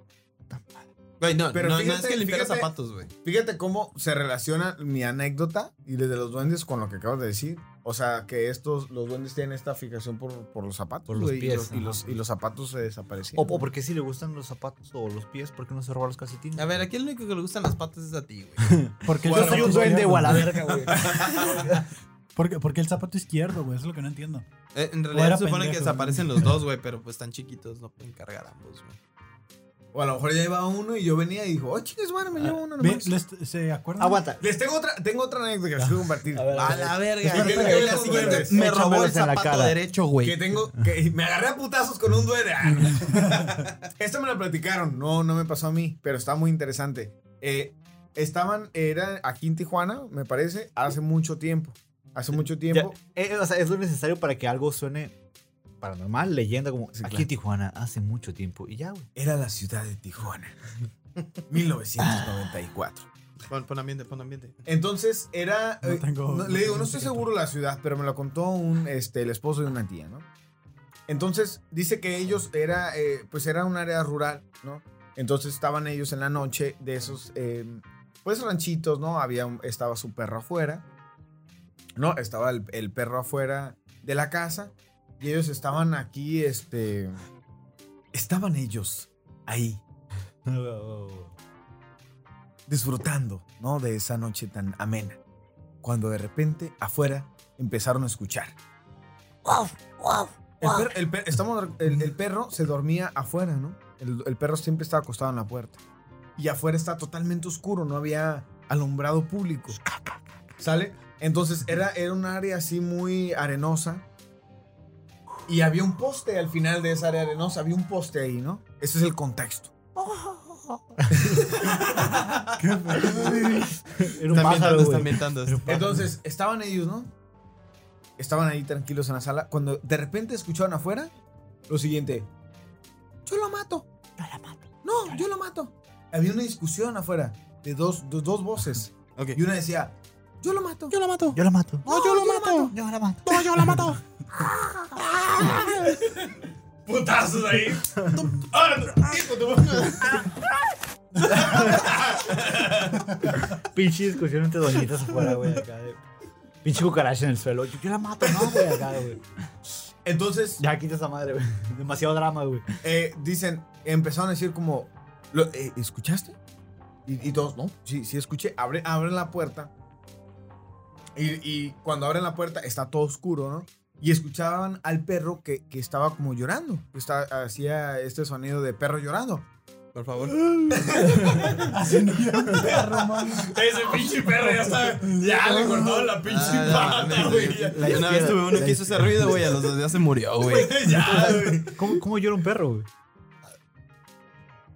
Güey, no, Pero no, no es fíjate, que limpiara fíjate. zapatos, güey. Fíjate cómo se relaciona mi anécdota y desde los duendes con lo que acabas de decir. O sea, que estos, los duendes tienen esta fijación por, por los zapatos. Por los güey, y pies, los- Y ajá. los, y los zapatos se desaparecieron. O, o porque si le gustan los zapatos o los pies, ¿por qué no se roba los calcetines? A ver, aquí el único que le gustan las patas es a ti, güey. Porque Yo soy un duende, o a la verga, güey. Porque, porque el zapato izquierdo, güey, eso es lo que no entiendo. Eh, en realidad era se supone que pendejo, desaparecen güey. los dos, güey, pero pues están chiquitos, no pueden cargar ambos, güey. O a lo mejor ya iba uno y yo venía y dijo, oh, chicas, bueno, me llevo uno Ve, nomás. les- ¿Se acuerdan? Aguanta. Les tengo otra, tengo otra anécdota que les quiero compartir. A ver, A la verga. Es que yo me creo que caí la con siguiente verdes. me robó el Échamelos en la zapato cara. derecho, Que güey. tengo, que me agarré a putazos con un duende. Ah, no. Esto me lo platicaron. No, no me pasó a mí, pero está muy interesante. Eh, estaban, era aquí en Tijuana, me parece, hace mucho tiempo. Hace mucho tiempo. Ya, eh, o sea, es lo necesario para que algo suene paranormal, leyenda, como Sí, aquí claro. en Tijuana hace mucho tiempo. Y ya, güey. Era la ciudad de Tijuana. 1994. Pon, pon ambiente, pon ambiente. Entonces era. No eh, tengo- no- no le digo, tengo no estoy secreto. seguro la ciudad, pero me lo contó un, este, el esposo de una tía, ¿no? Entonces dice que ellos era. eh, pues era un área rural, ¿no? Entonces estaban ellos en la noche de esos. eh, pues ranchitos, ¿no? Había, un- estaba su perro afuera. No, estaba el, el perro afuera de la casa. Y ellos estaban aquí, este. Estaban ellos ahí disfrutando, ¿no? De esa noche tan amena. Cuando de repente afuera empezaron a escuchar. El perro, el per- estamos, el, el perro se dormía afuera, ¿no? El, el perro siempre estaba acostado en la puerta. Y afuera está totalmente oscuro, no había alumbrado público. ¿Sale? Entonces era, era un área así muy arenosa. Y había un poste al final de esa área arenosa, había un poste ahí, ¿no? Ese es el contexto. ¿Qué fue? Era un Está ambientando, pájaro, está güey. ambientando. Entonces, estaban ellos, ¿no? Estaban ahí tranquilos en la sala. Cuando de repente escucharon afuera lo siguiente. Yo lo mato. No, yo lo mato. Había una discusión afuera de dos, de dos voces. Ok. Y una decía, yo lo mato. Yo la mato. Yo la mato. No, yo lo mato. Yo la mato. No, yo la mato. Putazos ahí. Pinche discusión entre doñitas afuera, güey. Acá de... Pinche cucaracha en el suelo. Yo, yo la mato, no, güey. Acá, güey. Entonces, Ya quita esa madre, güey. Demasiado drama, güey. eh, dicen, empezaron a decir como, lo- eh, ¿escuchaste? Y, y todos, no, sí, sí escuché. Abre, abren la puerta. Y, y cuando abren la puerta está todo oscuro, ¿no? Y escuchaban al perro que, que estaba como llorando. que está- hacía este sonido de perro llorando. Por favor. Así Ah, no era un perro, mano. Ese pinche perro ya está. Ya le cortaron la pinche Ah, no, La Yo una vez izquierda, tuve uno la que hizo ese ruido, güey. A los dos días se murió, güey. Ya, güey. ¿Cómo, cómo llora un perro, güey?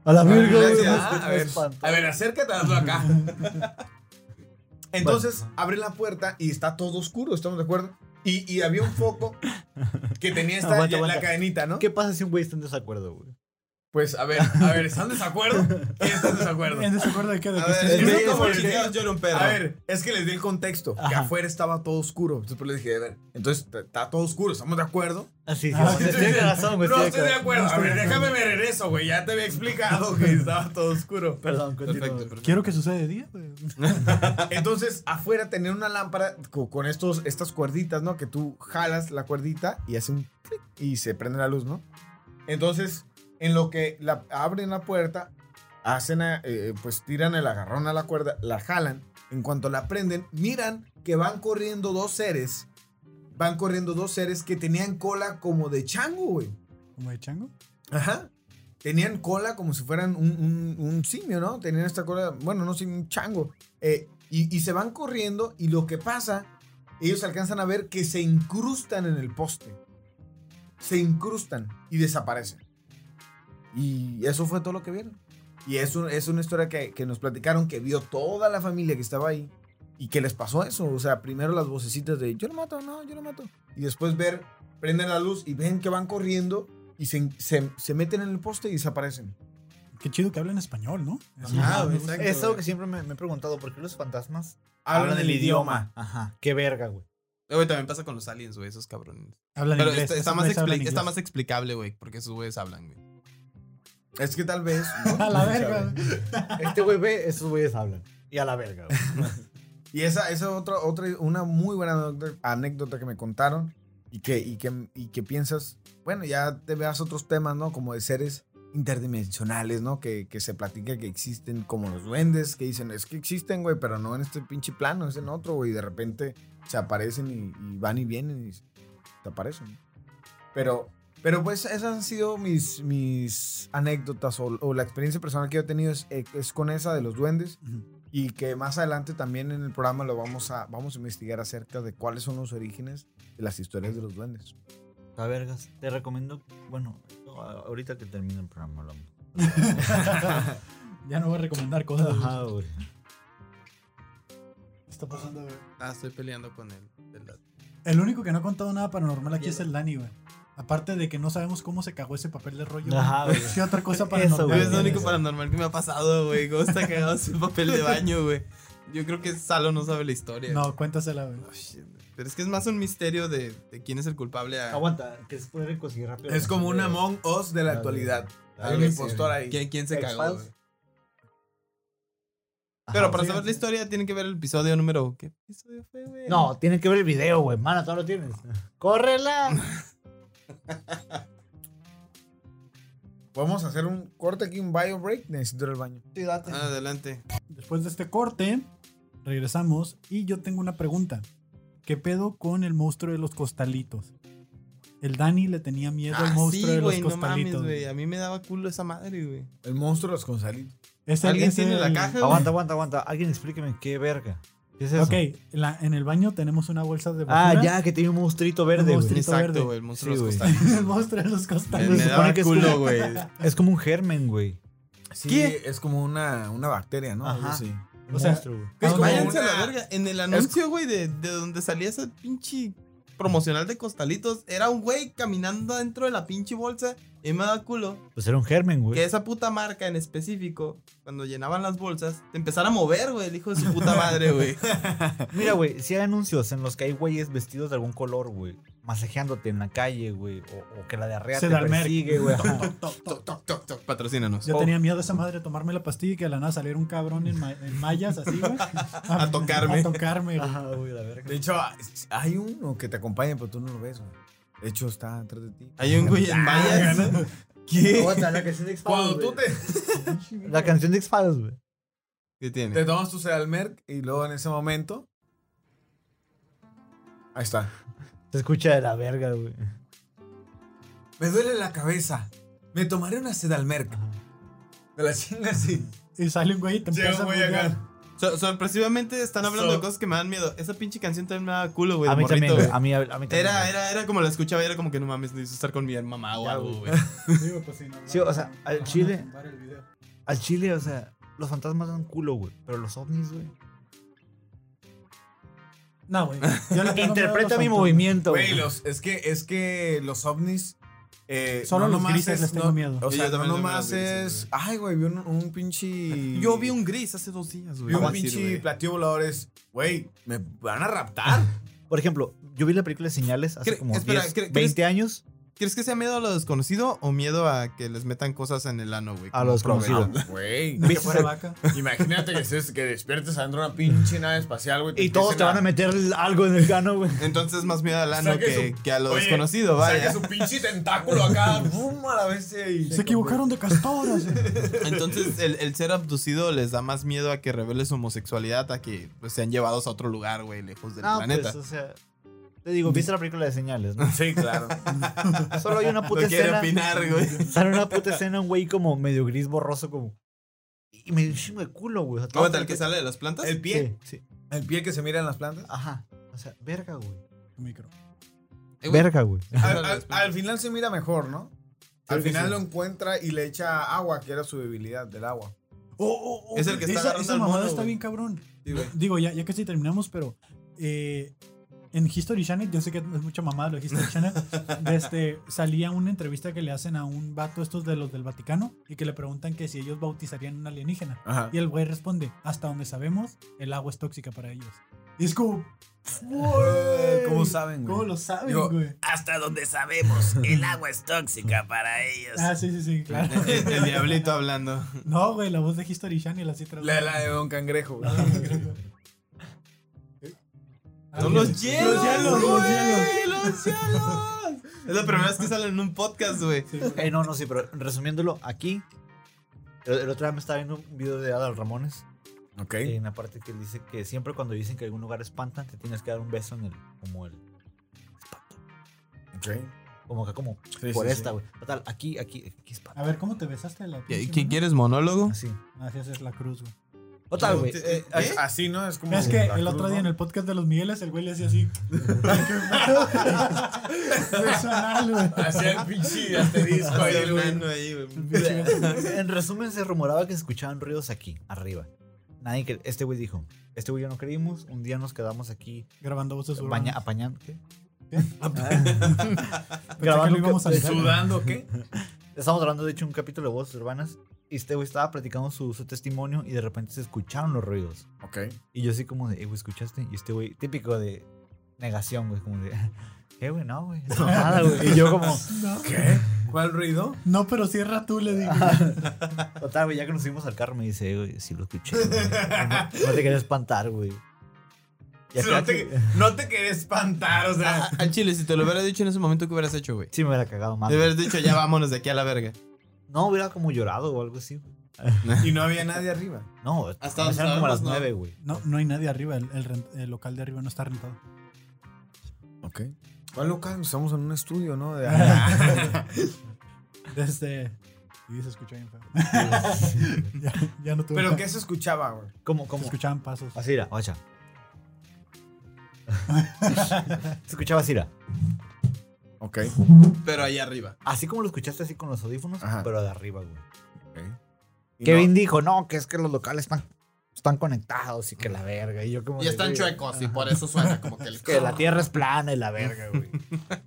A la verga, Ah, güey. ah, a, Me ver, espantó. a ver, acércate hazlo acá. Entonces abre la puerta y está todo oscuro, ¿estamos de acuerdo? Y, y había un foco que tenía esta, Aguanta, la aguanta. cadenita, ¿no? ¿Qué pasa si un güey está en desacuerdo, güey? Pues a ver, a ver, ¿están de desacuerdo? ¿Quién está en desacuerdo? ¿En desacuerdo de qué? ¿De A que ver, estés Pues, es que- vivo? que como como el video. chiquitos yo era un perro. A ver, es que les di el contexto, que Ajá. afuera estaba todo oscuro. Entonces pues, le dije, a ver, entonces t- está todo oscuro, ¿estamos de acuerdo? Así, sí. Ah, sí, sí, tiene sí. razón, güey. no tiene estoy de razón. acuerdo. no A estoy ver, de déjame ver eso, güey. Ya te había explicado que estaba todo oscuro. Perdón, continúa. Perfecto, güey. perfecto. Quiero que suceda de día, güey. Entonces, afuera tenía una lámpara co- con estos, estas cuerditas, ¿no? Que tú jalas la cuerdita y hace un clic y se prende la luz, ¿no? Entonces, en lo que la, abren la puerta, hacen, a- eh, pues tiran el agarrón a la cuerda, la jalan. En cuanto la prenden, miran que van corriendo dos seres. Van corriendo dos seres que tenían cola como de chango, güey. ¿Como de chango? Ajá. Tenían cola como si fueran un, un- un simio, ¿no? Tenían esta cola, bueno, no simio, un chango. Eh, y, y se van corriendo y lo que pasa, ellos alcanzan a ver que se incrustan en el poste. Se incrustan y desaparecen. Y eso fue todo lo que vieron. Y es, un- es una historia que, que nos platicaron que vio toda la familia que estaba ahí. Y que les pasó eso. O sea, primero las vocecitas de yo lo mato, no, yo lo mato. Y después ver, prenden la luz y ven que van corriendo y se, se- se meten en el poste y desaparecen. Qué chido que hablen español, ¿no? Eso Ajá, me güey, gusta. exacto. Ah, Es algo que siempre me, me he preguntado, ¿por qué los fantasmas Hablan el idioma. Ajá. Qué verga, güey. Eh, Güey, también pasa con los aliens, güey, esos cabrones. Hablan Pero inglés. está, está esos más güeyes hablan expli- está inglés. más explicable, güey, porque esos güeyes hablan, güey. Es que tal vez. ¿no? A la verga. ¿Sabe? Este güey ve, esos güeyes hablan. Y a la verga, güey. Y esa es otra, otra, una muy buena anécdota- anécdota que me contaron y que, y, que, y que piensas, bueno, ya te veas otros temas, ¿no? Como de seres interdimensionales, ¿no? Que, que se platica que existen como los duendes, que dicen, es que existen, güey, pero no en este pinche plano, es en otro, güey, y de repente se aparecen y, y van y vienen y se aparecen. Pero Pero pues esas han sido mis, mis anécdotas o, o la experiencia personal que yo he tenido es, es con esa de los duendes Ujú. y que más adelante también en el programa lo vamos a, vamos a investigar acerca de cuáles son los orígenes de las historias de los duendes. Está vergas. Te recomiendo. Bueno, a- ahorita que termine el programa hablamos. Ya no voy a recomendar cosas. Ajá, güey. ¿Qué está pasando, güey? Ah, estoy peleando con él. del lado. El único que no ha contado nada paranormal aquí es el Dani, güey. Aparte de que no sabemos cómo se cagó ese papel de rollo. güey. Ajá, güey. ¿Qué otra cosa güey. paranormal? es lo único güey. paranormal que me ha pasado, güey. ¿Cómo está cagado ese papel de baño, güey? Yo creo que Salo no sabe la historia. No, cuéntasela, güey. Ay, shit. Pero es que es más un misterio de, de quién es el culpable. a- Aguanta, que se puede conseguir rápido. Es como un Among Us de la Dale. actualidad. Dale, Hay un sí. impostor ahí. quién, quién se cagó. X-Files. güey. Ajá, Pero para sí. saber la historia tienen que ver el episodio número. ¿Qué episodio fue, güey? No, tienen que ver el video, güey. Mano, todo lo tienes. ¡Córrela! Vamos a hacer un corte aquí, un bio break. Necesito ir al baño. Ah, adelante. Después de este corte, regresamos y yo tengo una pregunta. ¿Qué pedo con el monstruo de los costalitos? El Dani le tenía miedo al Ah, monstruo sí, de los güey, no mames, costalitos. güey. A mí me daba culo esa madre, güey. El monstruo de los Gonzalitos. Ese- ¿Alguien ese- tiene la caja? güey? aguanta, aguanta, aguanta. Alguien explíqueme qué verga. ¿Qué es eso? Ok, la- en el baño tenemos una bolsa de Ah, basura. ya, que tiene un monstruito Pues verde, Un güey. monstruito verde. Exacto, güey. El monstruo Sí, de los güey. costales. el monstruo de los Me, costalitos. me supone daba que es culo, como- güey. Es como un germen, güey. Sí, ¿Qué? es como una, una bacteria, ¿no? Algo Ajá. así. Un O sea, monstruo, güey. Es como Váyanse a una- la verga. En el anuncio, güey, de, de donde salía ese pinche promocional de costalitos, era un güey caminando dentro de la pinche bolsa y me daba culo Pues era un germen, que güey. esa puta marca en específico, cuando llenaban las bolsas, te empezara a mover, güey, el hijo de su puta madre, güey. Mira, güey, si hay anuncios en los que hay güeyes vestidos de algún color, güey. Masajeándote en la calle, güey. O, o que la diarrea Se te da al merc. persigue, güey. ajá. Toc, toc, toc. Toc, toc, toc, toc, patrocínanos. Yo tenía miedo de esa madre de tomarme la pastilla y que de la nada saliera un cabrón en, ma- en mallas así, güey. A, tocarme. A tocarme, güey. Ajá, güey, la verga. De hecho, hay uno que te acompaña, pero tú no lo ves, güey. De hecho, está atrás de ti. Hay un güey Ah, en vallas. ¿Qué? Aguanta, la canción de X-Files, Cuando tú güey. te, La canción de X-Files, güey. ¿Qué te tiene? tomas tu Sedalmerc y luego en ese momento. Ahí está. Se escucha de la verga, güey. Me duele la cabeza. Me tomaré una Sedalmerc. Ajá. De la chinga así. Y sale un güey y te Llega empieza un a güey bullear. acá. So- sorpresivamente están hablando So- de cosas que me dan miedo. Esa pinche canción también me daba culo, güey. A de mí morrito, también, güey. güey. A mí, a mí también. Era, güey. era, era como la escuchaba y era como que no mames, necesito estar con mi mamá o Ya, algo, güey. güey. Digo, pues, no, Sí, no, o sea, no, al no, chile. no, tumbar el video. Al chile, o sea, los fantasmas dan culo, güey. Pero los ovnis, güey. No, güey. yo le tengo miedo a los Interpreta mi fantasmas. movimiento, Güey, güey. los, es, que, es que los ovnis. eh, Solo los nomás grises les tengo no- miedo. O Sí, sea, yo no también le tengo nomás los grises, es. güey. Ay, güey, vi un, un pinche. Yo vi un gris hace dos días, güey. Y un Voy a decir, pinche güey. platillo volador es, güey, me van a raptar. Por ejemplo, yo vi la película de Señales hace Cre- como espera, 10, cre- ¿crees- 20 años. ¿Crees que sea miedo a lo desconocido o miedo a que les metan cosas en el ano, güey? A Como lo desconocido. proveedor. Güey, Que ¿Viste fuera esa- vaca. imagínate que, estés- que despiertes adentro de una pinche nave espacial, güey. Y todos te van a meter algo en el gano, güey. Entonces más miedo al ano Saque que, su- que a lo Oye, desconocido, Saque vaya. su pinche tentáculo acá, boom, a la bestia. y- Se equivocaron de castoras. Entonces el, el ser abducido les da más miedo a que revele su homosexualidad, a que pues, sean llevados a otro lugar, güey, lejos del No, planeta. pues, o sea. Te digo, viste la película de Señales, ¿no? Sí, claro. Solo hay una no puta quiere escena. opinar, güey. Sale una puta escena, un güey como medio gris borroso, como. Y me dio un chingo de culo, güey. O sea, todo ¿Cómo tal que frente- sale de las plantas? El pie. Sí, sí. El pie que se mira en las plantas. Ajá. O sea, verga, güey. Micro. Eh, güey, Verga, güey. Al, al- al final se mira mejor, ¿no? Al final lo encuentra y le echa agua, que era su debilidad, del agua. Oh, oh, oh, Es el que está esa, agarrando esa al mamada mono, está güey. bien cabrón. Sí, güey. Digo, ya, ya casi terminamos, pero eh, en History Channel, yo sé que es mucha mamada lo de History Channel, de este, salía una entrevista que le hacen a un vato estos de los del Vaticano y que le preguntan que si ellos bautizarían un alienígena. Ajá. Y el güey responde, hasta donde sabemos, el agua es tóxica para ellos. Y es como, ¿Cómo saben, güey? ¿cómo lo saben, Digo, güey? Hasta donde sabemos, el agua es tóxica para ellos. Ah, sí, sí, sí, claro. El, el diablito hablando. No, güey, la voz de History Channel así traducida. La, la de Don Cangrejo, güey. Ah, Son bien. los hielos, Los hielos, los güey, hielos. los hielos. Es la primera vez que salen en un podcast, güey. Sí, güey. Eh, no, no, sí, pero resumiéndolo, aquí. El, el otro día me estaba viendo un video de Adal Ramones. Ok. En la parte que él dice que siempre cuando dicen que algún lugar espantan, te tienes que dar un beso en el. Como el. Ok. Como acá, como Sí, por sí, esta, sí. güey. Total, aquí, aquí, aquí es A ver, ¿cómo te besaste la ¿Y- y pinche ¿Quién mano? quieres Ah. monólogo? Así. Así haces la cruz, güey. Total, güey. Eh, eh, ¿Eh? Así, ¿no? Es como. Es que la el cruz, otro día ¿no? en el podcast de los Migueles, el güey le hacía así. Es anal, güey. Hacía el pinche asterisco ahí, Hace un güey. ano ahí, güey. En resumen, se rumoraba que se escuchaban ruidos aquí, arriba. Nadie que Este güey dijo, este güey ya no creímos, un día nos quedamos aquí Grabando voces baña, urbanas. apañando. ¿qué? Pensé que grabando lo íbamos a que- ligar. ¿Sudando qué? Estamos grabando, de hecho, un capítulo de voces urbanas. Y este güey estaba platicando su, su testimonio y de repente se escucharon los ruidos. Ok. Y yo así como de, "Eh, güey, ¿escuchaste? Y este güey, típico de negación, güey, como de, ¿qué, güey? No, güey. es mamada, güey". Y yo como, No, ¿Qué? ¿Cuál ruido? no, pero cierra tú, le dije. total, güey, ya que nos subimos al carro me dice, "Eh, güey, sí lo escuché, güey. No, no te quería espantar, güey. Y acá No te, que- no te quería espantar, o sea. Ah, Al chile, si te lo hubiera dicho en ese momento, ¿qué hubieras hecho, güey? Sí me hubiera cagado más. Te hubieras dicho, ya vámonos de aquí a la verga. No, hubiera como llorado o algo así. güey. Ah. Y no había nadie arriba. No, Hasta me donde salen como a las sabemos, no. nueve, güey. No, no hay nadie arriba. El, el rent- el local de arriba no está rentado. Ok. ¿Cuál local? Estamos en un estudio, ¿no? De- Desde. Y se escuchó bien feo. ya, ya no tuve. Pero ¿qué se escuchaba, güey? ¿Cómo, Se cómo? escuchaban pasos. Así era, ocha. Se escuchaba así, era. Ok. Pero ahí arriba. Así como lo escuchaste así con los audífonos, Ajá. pero de arriba, güey. Y Kevin no- dijo, no, que es que los locales están, están conectados y que la verga. Y yo como... Y de, están güey, chuecos y por eso suena como que el... Que la tierra es plana y la verga, güey.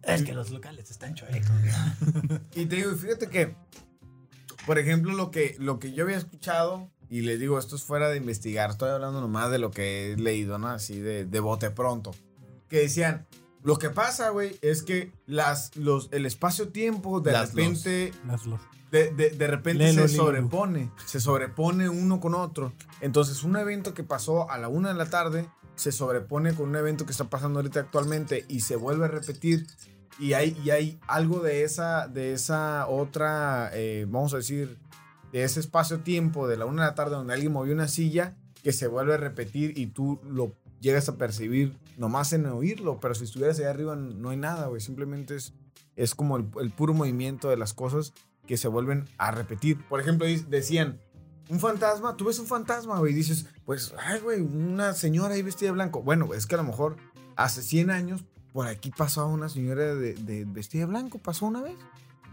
Es que los locales están chuecos. Y te digo, y fíjate que, por ejemplo, lo que, lo que yo había escuchado, y les digo, esto es fuera de investigar, estoy hablando nomás de lo que he leído, ¿no? Así de, de bote pronto. Que decían, lo que pasa, güey, es que las, los, el espacio-tiempo de Las repente Las los. de, de- de repente Lelo, se lelo. sobrepone, se sobrepone uno con otro. Entonces, un evento que pasó a la una de la tarde se sobrepone con un evento que está pasando ahorita actualmente y se vuelve a repetir. Y hay, y hay algo de esa, de esa otra, eh, vamos a decir, de ese espacio-tiempo de la una de la tarde donde alguien movió una silla que se vuelve a repetir y tú lo llegas a percibir nomás en oírlo, pero si estuvieras allá arriba no hay nada, güey, simplemente es, es como el, el puro movimiento de las cosas que se vuelven a repetir. Por ejemplo, dic- decían, un fantasma, tú ves un fantasma, güey, y dices, pues, ay, güey, una señora ahí vestida de blanco. Bueno, es que a lo mejor hace 100 años por aquí pasó una señora de, de vestida de blanco, pasó una vez.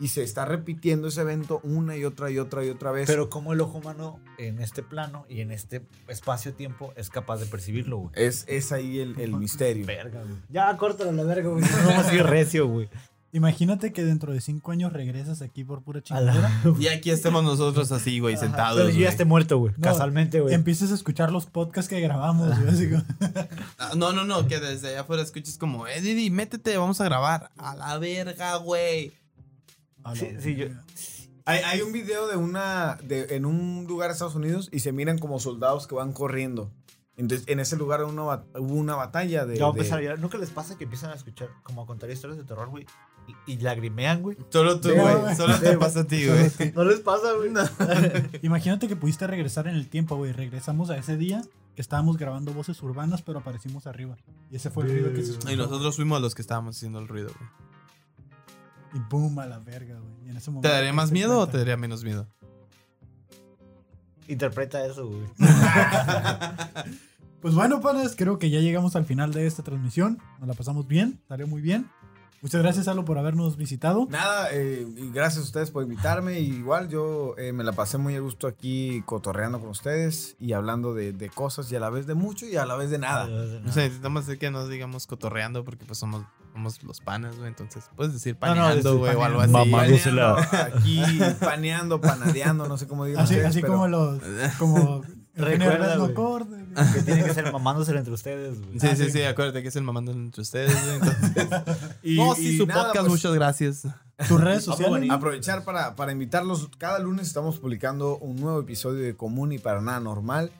Y se está repitiendo ese evento una y otra y otra y otra vez. Pero como el ojo humano en este plano y en este espacio-tiempo es capaz de percibirlo, güey. Es, es ahí el, el misterio. Verga, güey. Ya, córtalo a la verga, güey. No vamos a ir recio, güey. Imagínate que dentro de cinco años regresas aquí por pura A la- chingadera. Y aquí estemos nosotros así, güey, sentados, Pero yo güey. ya esté muerto, güey. No, em- Casualmente, güey. Empiezas a escuchar los podcasts que grabamos, güey. así como- Ah, No, no, no, que desde allá afuera escuches como, eh, Didi, métete, vamos a grabar. A la verga, güey. A la Sí, sí, yo- verga. Hay, hay un video de una. de- en un lugar de Estados Unidos y se miran como soldados que van corriendo. Entonces, en ese lugar hubo una, bat- hubo una batalla de. Ya va a de- empezar ya. ¿Nunca les pasa que empiezan a escuchar, como a contar historias de terror, güey? Y, y lagrimean, güey. Solo tú, Sí, güey. güey. Solo Sí, te güey. pasa a ti, güey. No les pasa, güey. Imagínate que pudiste regresar en el tiempo, güey. Regresamos a ese día que estábamos grabando voces urbanas, pero aparecimos arriba. Y ese fue el ruido que se escuchó. Y nosotros fuimos los que estábamos haciendo el ruido, güey. Y boom, a la verga, güey. Y en ese momento. ¿Te daría más diste miedo o te cuenta. daría menos miedo? Interpreta eso, güey. Pues bueno, panas, creo que ya llegamos al final de esta transmisión. Nos la pasamos bien, salió muy bien. Muchas gracias, Alo, por habernos visitado. Nada, eh, y gracias a ustedes por invitarme. Y igual yo eh, me la pasé muy a gusto aquí cotorreando con ustedes y hablando de, de cosas y a la vez de mucho y a la vez de nada. O sea, intentamos hacer que nos digamos cotorreando porque pues somos, somos los panas, güey. Entonces puedes decir no, paneando, decir güey, o algo así. paneando. Mamá, güey. dúsela. Aquí paneando, panadeando, no sé cómo digan. Así, ustedes, así pero- como los. Como. Recuerda, Recuerda, güey. Que tiene que ser mamándoselo entre ustedes, güey. Sí, Ah, sí, sí. sí, acuérdate que es el mamando entre ustedes, güey. Entonces, Y- no, sí, y su nada, podcast, pues, muchas gracias. Tus redes Ah, muy sociales. bonito. Aprovechar para, para invitarlos. Cada lunes estamos publicando un nuevo episodio de Común y para nada normal,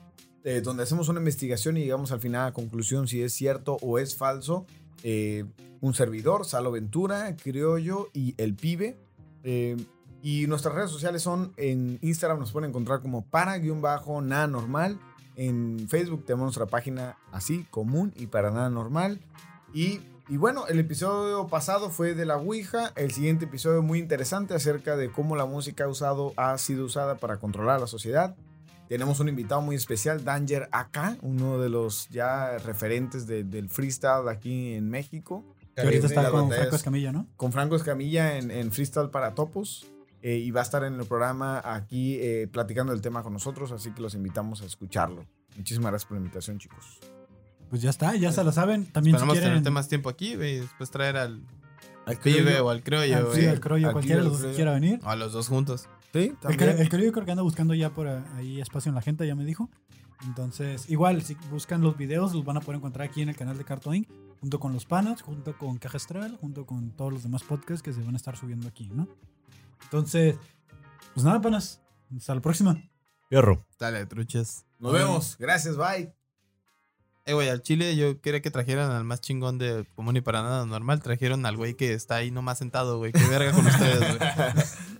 eh, donde hacemos una investigación y llegamos al final a la conclusión si es cierto o es falso. Eh, un servidor, Salo Ventura, Criollo y El Pibe. Eh, y nuestras redes sociales son en Instagram, nos pueden encontrar como para-nada normal. En Facebook tenemos nuestra página así, común y para nada normal. Y Y bueno, el episodio pasado fue de la Ouija, el siguiente episodio muy interesante acerca de cómo la música ha, usado, ha sido usada para controlar a la sociedad. Tenemos un invitado muy especial, Danger AK, uno de los ya referentes de- del freestyle aquí en México. Que ahorita Sí, está las con batallas Franco Escamilla, ¿no? con Franco Escamilla en, en Freestyle para Topos. eh, y va a estar en el programa aquí eh, platicando el tema con nosotros, así que los invitamos a escucharlo. Muchísimas gracias por la invitación, chicos. Pues ya está, ya se lo saben. También si Esperamos quieren. tenerte más tiempo aquí, güey. y Después traer al pibe Pibe, o al Ah, criollo, sí, güey. al Croyo, al cualquiera Croyo, de los dos Croyo. que quiera venir. O a los dos juntos. Sí, El Croyo- también. El Croyo creo que anda buscando ya por a- ahí espacio en la gente, ya me dijo. Entonces, igual, si buscan los videos, los van a poder encontrar aquí en el canal de Cartoon Inc. Junto con los panas, junto con Caja Astral, junto con todos los demás podcasts que se van a estar subiendo aquí, ¿no? Entonces, pues nada, panas. Hasta la próxima. Fierro. Dale, truchas. Nos vemos. Gracias, bye. Eh, güey, al chile yo quería que trajeran al más chingón de Común y para nada normal. Trajeron al güey que está ahí nomás sentado, güey. Qué verga con ustedes, güey.